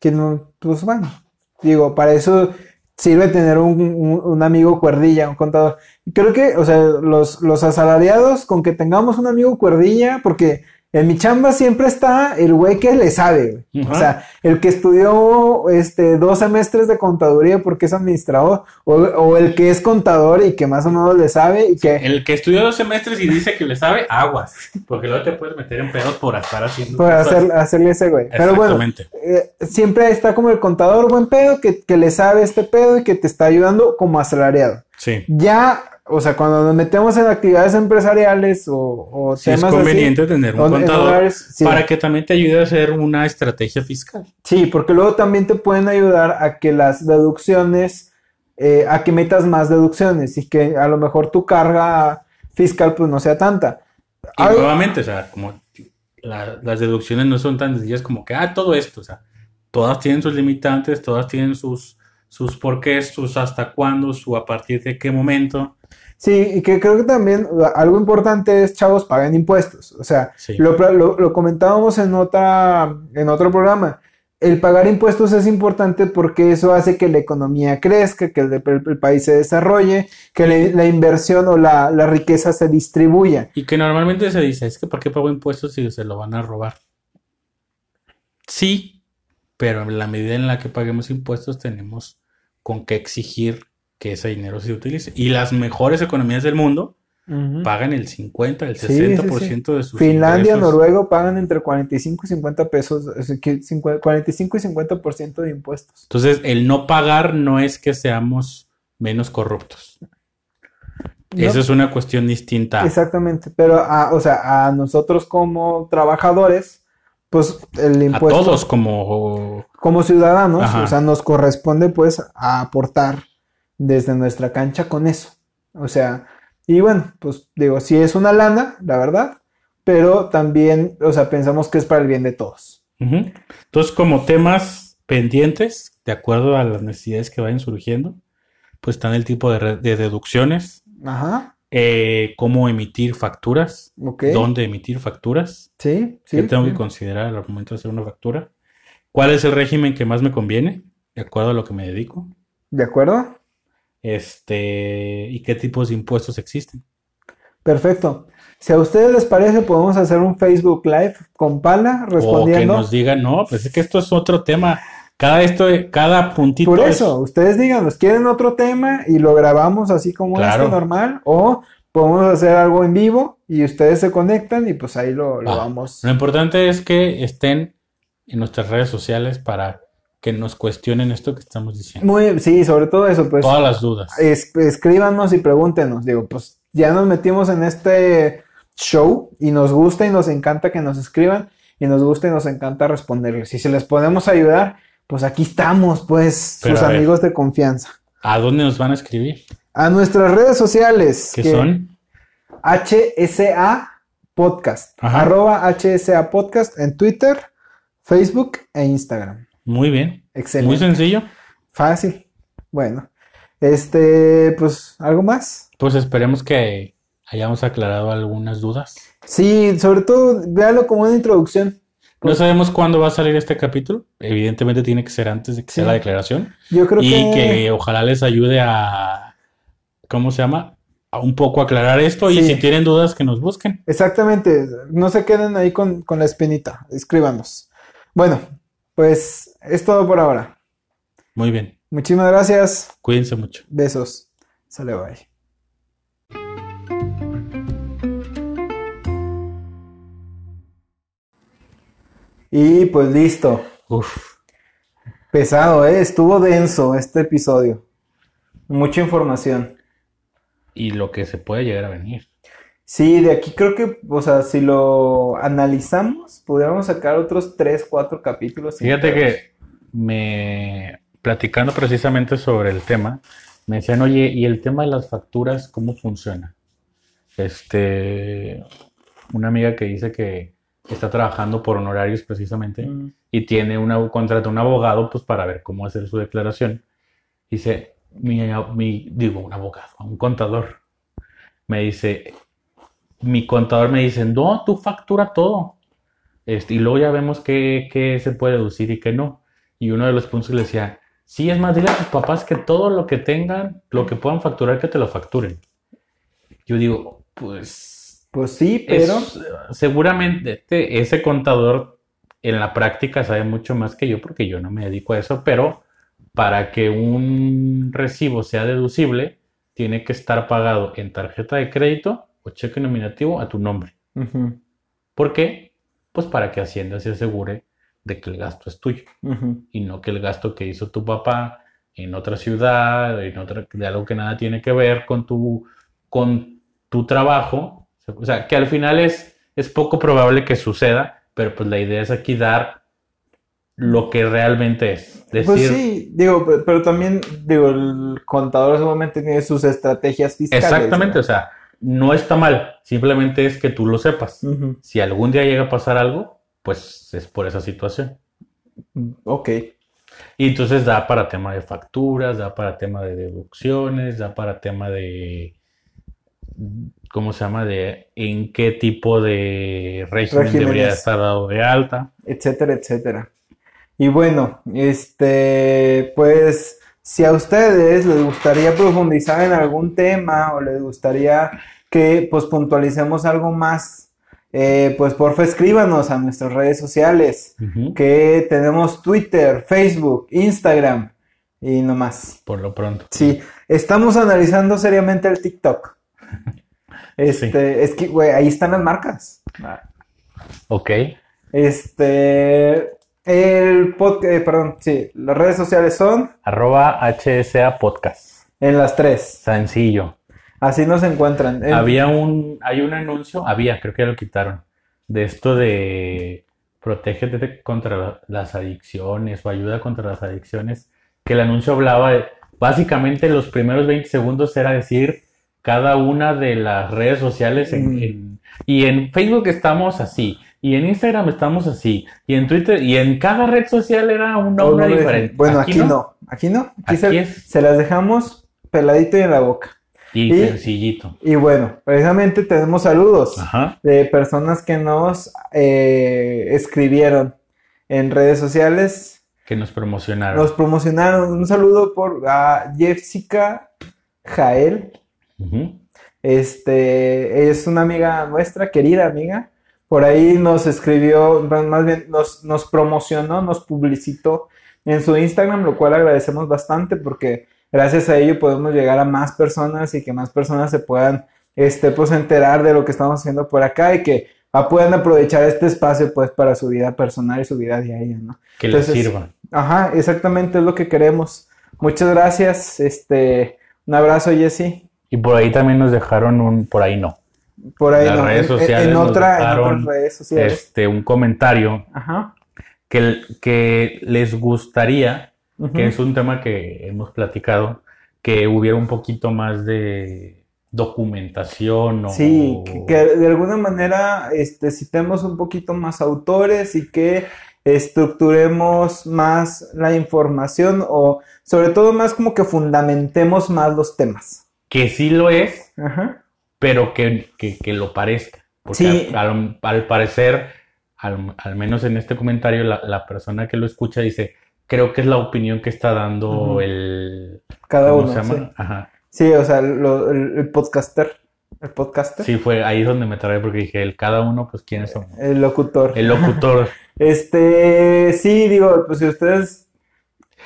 A: Que no, pues bueno. Digo, para eso sirve tener un, un- un amigo cuerdilla, un contador. Creo que, o sea, los, los asalariados, con que tengamos un amigo cuerdilla, porque en mi chamba siempre está el güey que le sabe, güey. O
B: Ujú.
A: sea, el que estudió este, dos semestres de contaduría porque es administrador, o, o el que es contador y que más o menos le sabe y que
B: El que estudió dos semestres y dice que le sabe aguas, porque luego te puedes meter en pedos por estar haciendo
A: puede
B: cosas.
A: hacer, hacerle ese güey. Pero bueno,
B: Exactamente.
A: eh, siempre está como el contador buen pedo que, que le sabe este pedo y que te está ayudando como asalariado.
B: Sí.
A: Ya, o sea, cuando nos metemos en actividades empresariales o, o
B: Sí es
A: temas
B: conveniente tener
A: así,
B: un
A: en- en
B: contador
A: horarios, sí.
B: para que también te ayude a hacer una estrategia fiscal.
A: Sí, porque luego también te pueden ayudar a que las deducciones, eh, a que metas más deducciones y que a lo mejor tu carga fiscal pues no sea tanta.
B: Y
A: Algo-
B: nuevamente, o sea, como la- las deducciones no son tan sencillas como que, ah, todo esto, o sea, todas tienen sus limitantes, todas tienen sus, sus porqués, sus hasta cuándo, su a partir de qué momento.
A: Sí, y que creo que también o sea, algo importante es, chavos, paguen impuestos. O sea,
B: Sí.
A: lo, pro- lo- lo comentábamos en, otra, en otro programa. El pagar impuestos es importante porque eso hace que la economía crezca, que el, el- el país se desarrolle, que la, la inversión o la, la riqueza se distribuya.
B: Y que normalmente se dice, es que ¿para qué pago impuestos si se lo van a robar? Sí, pero en la medida en la que paguemos impuestos tenemos con qué exigir que ese dinero se utilice. Y las mejores economías del mundo pagan el 50, el
A: Sí, sí, sí.
B: 60% de sus
A: Finlandia,
B: ingresos.
A: Noruega pagan entre 45 y 50 pesos, o sea, que cincu- 45 y 50% de impuestos.
B: Entonces, el no pagar no es que seamos menos corruptos.
A: ¿no?
B: Eso es una cuestión distinta.
A: Exactamente, pero a, o sea, a nosotros como trabajadores, pues el
B: A
A: impuesto
B: todos como...
A: como ciudadanos,
B: Ajá.
A: o sea, nos corresponde pues a aportar desde nuestra cancha con eso. O sea, y bueno, pues digo, si es una lana, la verdad, pero también, o sea, pensamos que es para el bien de todos.
B: Ujú. Entonces, como temas pendientes, de acuerdo a las necesidades que vayan surgiendo, pues están el tipo de, re- de deducciones,
A: Ajá,
B: eh, cómo emitir facturas,
A: ok.
B: dónde emitir facturas,
A: Sí, sí.
B: qué tengo que
A: sí.
B: considerar al momento de hacer una factura, cuál es el régimen que más me conviene, de acuerdo a lo que me dedico,
A: ¿De acuerdo?
B: este, y qué tipos de impuestos existen.
A: Perfecto. Si a ustedes les parece, podemos hacer un Facebook Live con Pala
B: O que
A: respondiendo.
B: nos digan, no, pues es que esto es otro tema. Cada esto, cada puntito
A: Por
B: es-
A: eso, ustedes díganos, ¿quieren otro tema y lo grabamos así como
B: Claro.
A: este normal? O podemos hacer algo en vivo y ustedes se conectan y pues ahí lo, lo
B: Va.
A: vamos.
B: Lo importante es que estén en nuestras redes sociales para que nos cuestionen esto que estamos diciendo.
A: Muy, sí, sobre todo eso, pues
B: Todas las dudas.
A: es- escríbanos y pregúntenos. Digo, pues ya nos metimos en este show y nos gusta y nos encanta que nos escriban y nos gusta y nos encanta responderles. Y si les podemos ayudar, pues aquí estamos, pues
B: Pero
A: sus
B: a ver.
A: amigos de confianza.
B: ¿A dónde nos van a escribir?
A: A nuestras redes sociales.
B: ¿Qué
A: que-
B: son?
A: HSA Podcast.
B: Ajá.
A: Arroba HSA Podcast en Twitter, Facebook e Instagram.
B: Muy bien. Muy
A: Excelente.
B: sencillo.
A: Fácil. Bueno. Este, pues, ¿algo más?
B: Pues esperemos que hayamos aclarado algunas dudas.
A: Sí, sobre todo, véalo como una introducción.
B: No
A: Pues-
B: sabemos cuándo va a salir este capítulo. Evidentemente tiene que ser antes de que sea
A: Sí.
B: la declaración.
A: Yo creo
B: y
A: que,
B: que ojalá les ayude a, ¿cómo se llama? A un poco aclarar esto. Y
A: Sí.
B: si tienen dudas, que nos busquen.
A: Exactamente. No se queden ahí con, con la espinita. Escríbanos. Bueno, pues es todo por ahora.
B: Muy bien.
A: Muchísimas gracias.
B: Cuídense mucho.
A: Besos. Sale bye. Y pues listo.
B: Uf.
A: Pesado, ¿eh? Estuvo denso este episodio. Mucha información.
B: y lo que se puede llegar a venir.
A: Sí, de aquí creo que, o sea, si lo analizamos, podríamos sacar otros 3, 4 capítulos. sin
B: Fíjate
A: pedos.
B: que me platicando precisamente sobre el tema, me decían, oye, ¿y el tema de las facturas cómo funciona? Este, una amiga que dice que está trabajando por honorarios precisamente
A: Mm.
B: y tiene una contrata a un abogado pues para ver cómo hacer su declaración. Dice, mi, mi- digo, un abogado, un contador. Me dice, mi contador me dice, no, tú factura todo. Este, y luego ya vemos qué, qué se puede deducir y qué no. Y uno de los puntos le decía, sí, es más, dile a tus papás que todo lo que tengan, lo que puedan facturar, que te lo facturen. Yo digo, pues
A: Pues sí, pero.
B: pero seguramente este- ese contador en la práctica sabe mucho más que yo porque yo no me dedico a eso, pero para que un recibo sea deducible, tiene que estar pagado en tarjeta de crédito o cheque nominativo a tu nombre.
A: Ujú,
B: ¿Por qué? Pues para que Hacienda se asegure de que el gasto es tuyo
A: ujú.
B: y no que el gasto que hizo tu papá en otra ciudad, en otra, de algo que nada tiene que ver con tu, con tu trabajo. O sea, que al final es, es poco probable que suceda, pero pues la idea es aquí dar lo que realmente es. Decir,
A: Pues sí, digo, pero, pero también, digo, el contador seguramente tiene sus estrategias fiscales.
B: exactamente, o
A: ¿no?
B: sea, no está mal, simplemente es que tú lo sepas.
A: Ujú.
B: Si algún día llega a pasar algo, pues es por esa situación.
A: Ok.
B: Y entonces da para tema de facturas, da para tema de deducciones, da para tema de, ¿cómo se llama? De en qué tipo de régimen
A: Regímenes.
B: debería estar dado de alta.
A: etcétera, etcétera. Y bueno, este, pues si a ustedes les gustaría profundizar en algún tema o les gustaría que pues puntualicemos algo más, eh, pues porfa escríbanos a nuestras redes sociales,
B: Ujú.
A: que tenemos Twitter, Facebook, Instagram y no más.
B: Por lo pronto.
A: Sí, estamos analizando seriamente el TikTok. Este, es que, güey, ahí están las marcas.
B: Ah. Ok.
A: Este, el podcast, perdón, sí, las redes sociales son
B: Arroba HSA Podcast.
A: en las tres.
B: Sencillo.
A: Así nos encuentran. En-
B: Había un, hay un anuncio, había, creo que ya lo quitaron, de esto de protégete de- contra las adicciones o ayuda contra las adicciones, que el anuncio hablaba de, básicamente los primeros 20 segundos era decir cada una de las redes sociales en-
A: Mm.
B: en- y en Facebook estamos así, y en Instagram estamos así, y en Twitter, y en cada red social era un
A: No,
B: nombre
A: no,
B: diferente.
A: Bueno, aquí, no. aquí no. Aquí,
B: Aquí
A: se,
B: es.
A: se las dejamos peladito y en la boca.
B: Y
A: Y-
B: sencillito.
A: Y bueno, precisamente tenemos saludos
B: Ajá.
A: de personas que nos eh, escribieron en redes sociales.
B: Que nos promocionaron.
A: Nos promocionaron. Un saludo por a Jessica Jael.
B: Ujú.
A: Este es una amiga nuestra, querida amiga. Por ahí nos escribió, más bien nos, nos promocionó, nos publicitó en su Instagram, lo cual agradecemos bastante porque gracias a ello podemos llegar a más personas y que más personas se puedan este, pues, enterar de lo que estamos haciendo por acá y que ah, puedan aprovechar este espacio pues para su vida personal y su vida diaria, ¿no?
B: Que les
A: Entonces,
B: sirva.
A: Ajá, exactamente es lo que queremos. Muchas gracias, este, un abrazo, Jessy.
B: Y por ahí también nos dejaron un, por ahí no,
A: Por ahí
B: Las
A: no,
B: redes
A: en- en-
B: sociales
A: en,
B: nos
A: otra, en
B: dejaron,
A: otras redes sociales.
B: este, un comentario
A: Ajá.
B: que, que les gustaría,
A: ujú.
B: que es un tema que hemos platicado, que hubiera un poquito más de documentación o...
A: Sí, que, que de alguna manera este, citemos un poquito más autores y que estructuremos más la información o sobre todo más como que fundamentemos más los temas.
B: que sí lo es,
A: Ajá.
B: pero que, que- que lo parezca. Porque
A: Sí.
B: al, al- al parecer, al, al menos en este comentario, la, la persona que lo escucha dice, creo que es la opinión que está dando
A: Ujú.
B: el...
A: Cada
B: ¿Cómo
A: uno.
B: se
A: Sí.
B: llama? Ajá.
A: Sí, o sea, lo- el, el podcaster, el podcaster,
B: Sí, fue ahí donde me trabé porque dije, el cada uno, pues quiénes son.
A: el locutor.
B: El locutor.
A: Este, sí, digo, pues si ustedes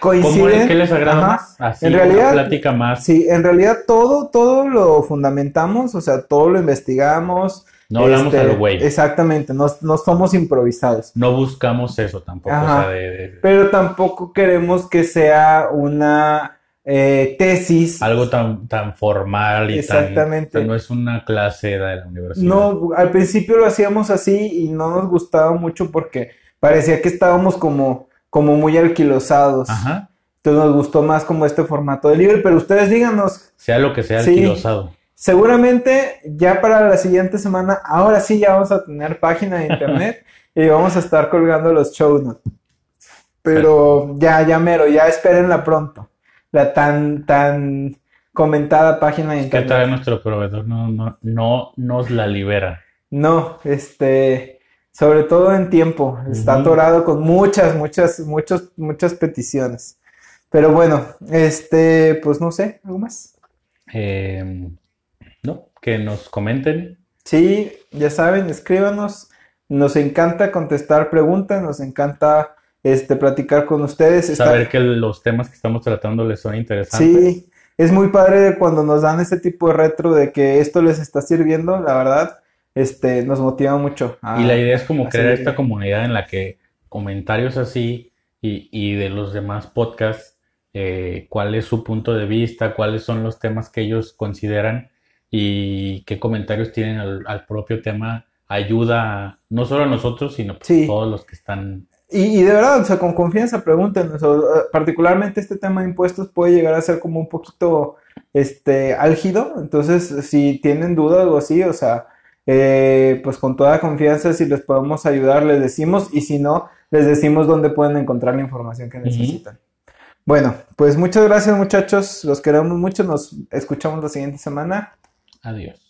B: ¿Cómo
A: coinciden.
B: es que les agrada
A: ajá.
B: más? Así,
A: En
B: una
A: realidad,
B: plática más.
A: Sí, en realidad todo, todo lo fundamentamos, o sea, todo lo investigamos.
B: No hablamos
A: este,
B: a lo güey.
A: Exactamente, no, no somos improvisados.
B: No buscamos eso tampoco.
A: Ajá.
B: O sea, de, de-
A: Pero tampoco queremos que sea una eh, tesis.
B: algo tan, tan formal y
A: Exactamente.
B: tan. o sea, no es una clase de la universidad.
A: No, al principio lo hacíamos así y no nos gustaba mucho porque parecía que estábamos como, como muy alquilosados.
B: Ajá.
A: Entonces nos gustó más como este formato de libre, pero ustedes díganos,
B: Sea lo que sea,
A: Sí.
B: alquilosado.
A: Seguramente ya para la siguiente semana, ahora sí ya vamos a tener página de internet y vamos a estar colgando los show notes. Pero ya, ya mero, ya espérenla pronto. La tan, tan comentada página de
B: Es que
A: internet.
B: todavía nuestro proveedor no, no, no nos la libera.
A: No, este, sobre todo en tiempo, está
B: Ujú.
A: atorado con muchas, muchas, muchas, muchas peticiones. Pero bueno, este, pues no sé, ¿algo más?
B: Eh, no, que nos comenten.
A: Sí, ya saben, escríbanos. Nos encanta contestar preguntas, nos encanta este platicar con ustedes. Está-
B: Saber que los temas que estamos tratando les son interesantes.
A: sí, es muy padre cuando nos dan ese tipo de retro de que esto les está sirviendo, la verdad, este, nos motiva mucho a-
B: Y la idea es como
A: Ah, así
B: crear
A: es.
B: esta comunidad en la que comentarios así y, y de los demás podcasts, eh, cuál es su punto de vista, cuáles son los temas que ellos consideran y qué comentarios tienen al, al propio tema, ayuda a- no solo a nosotros, sino pues,
A: Sí.
B: a todos los que están.
A: Y, y de verdad, o sea, con confianza pregúntenos. o, eh, particularmente este tema de impuestos puede llegar a ser como un poquito este, álgido. Entonces, si tienen dudas o así, o sea, eh, pues con toda confianza, si les podemos ayudar, les decimos. Y si no, les decimos dónde pueden encontrar la información que necesitan. Bueno, pues muchas gracias, muchachos. Los queremos mucho. Nos escuchamos la siguiente semana.
B: Adiós.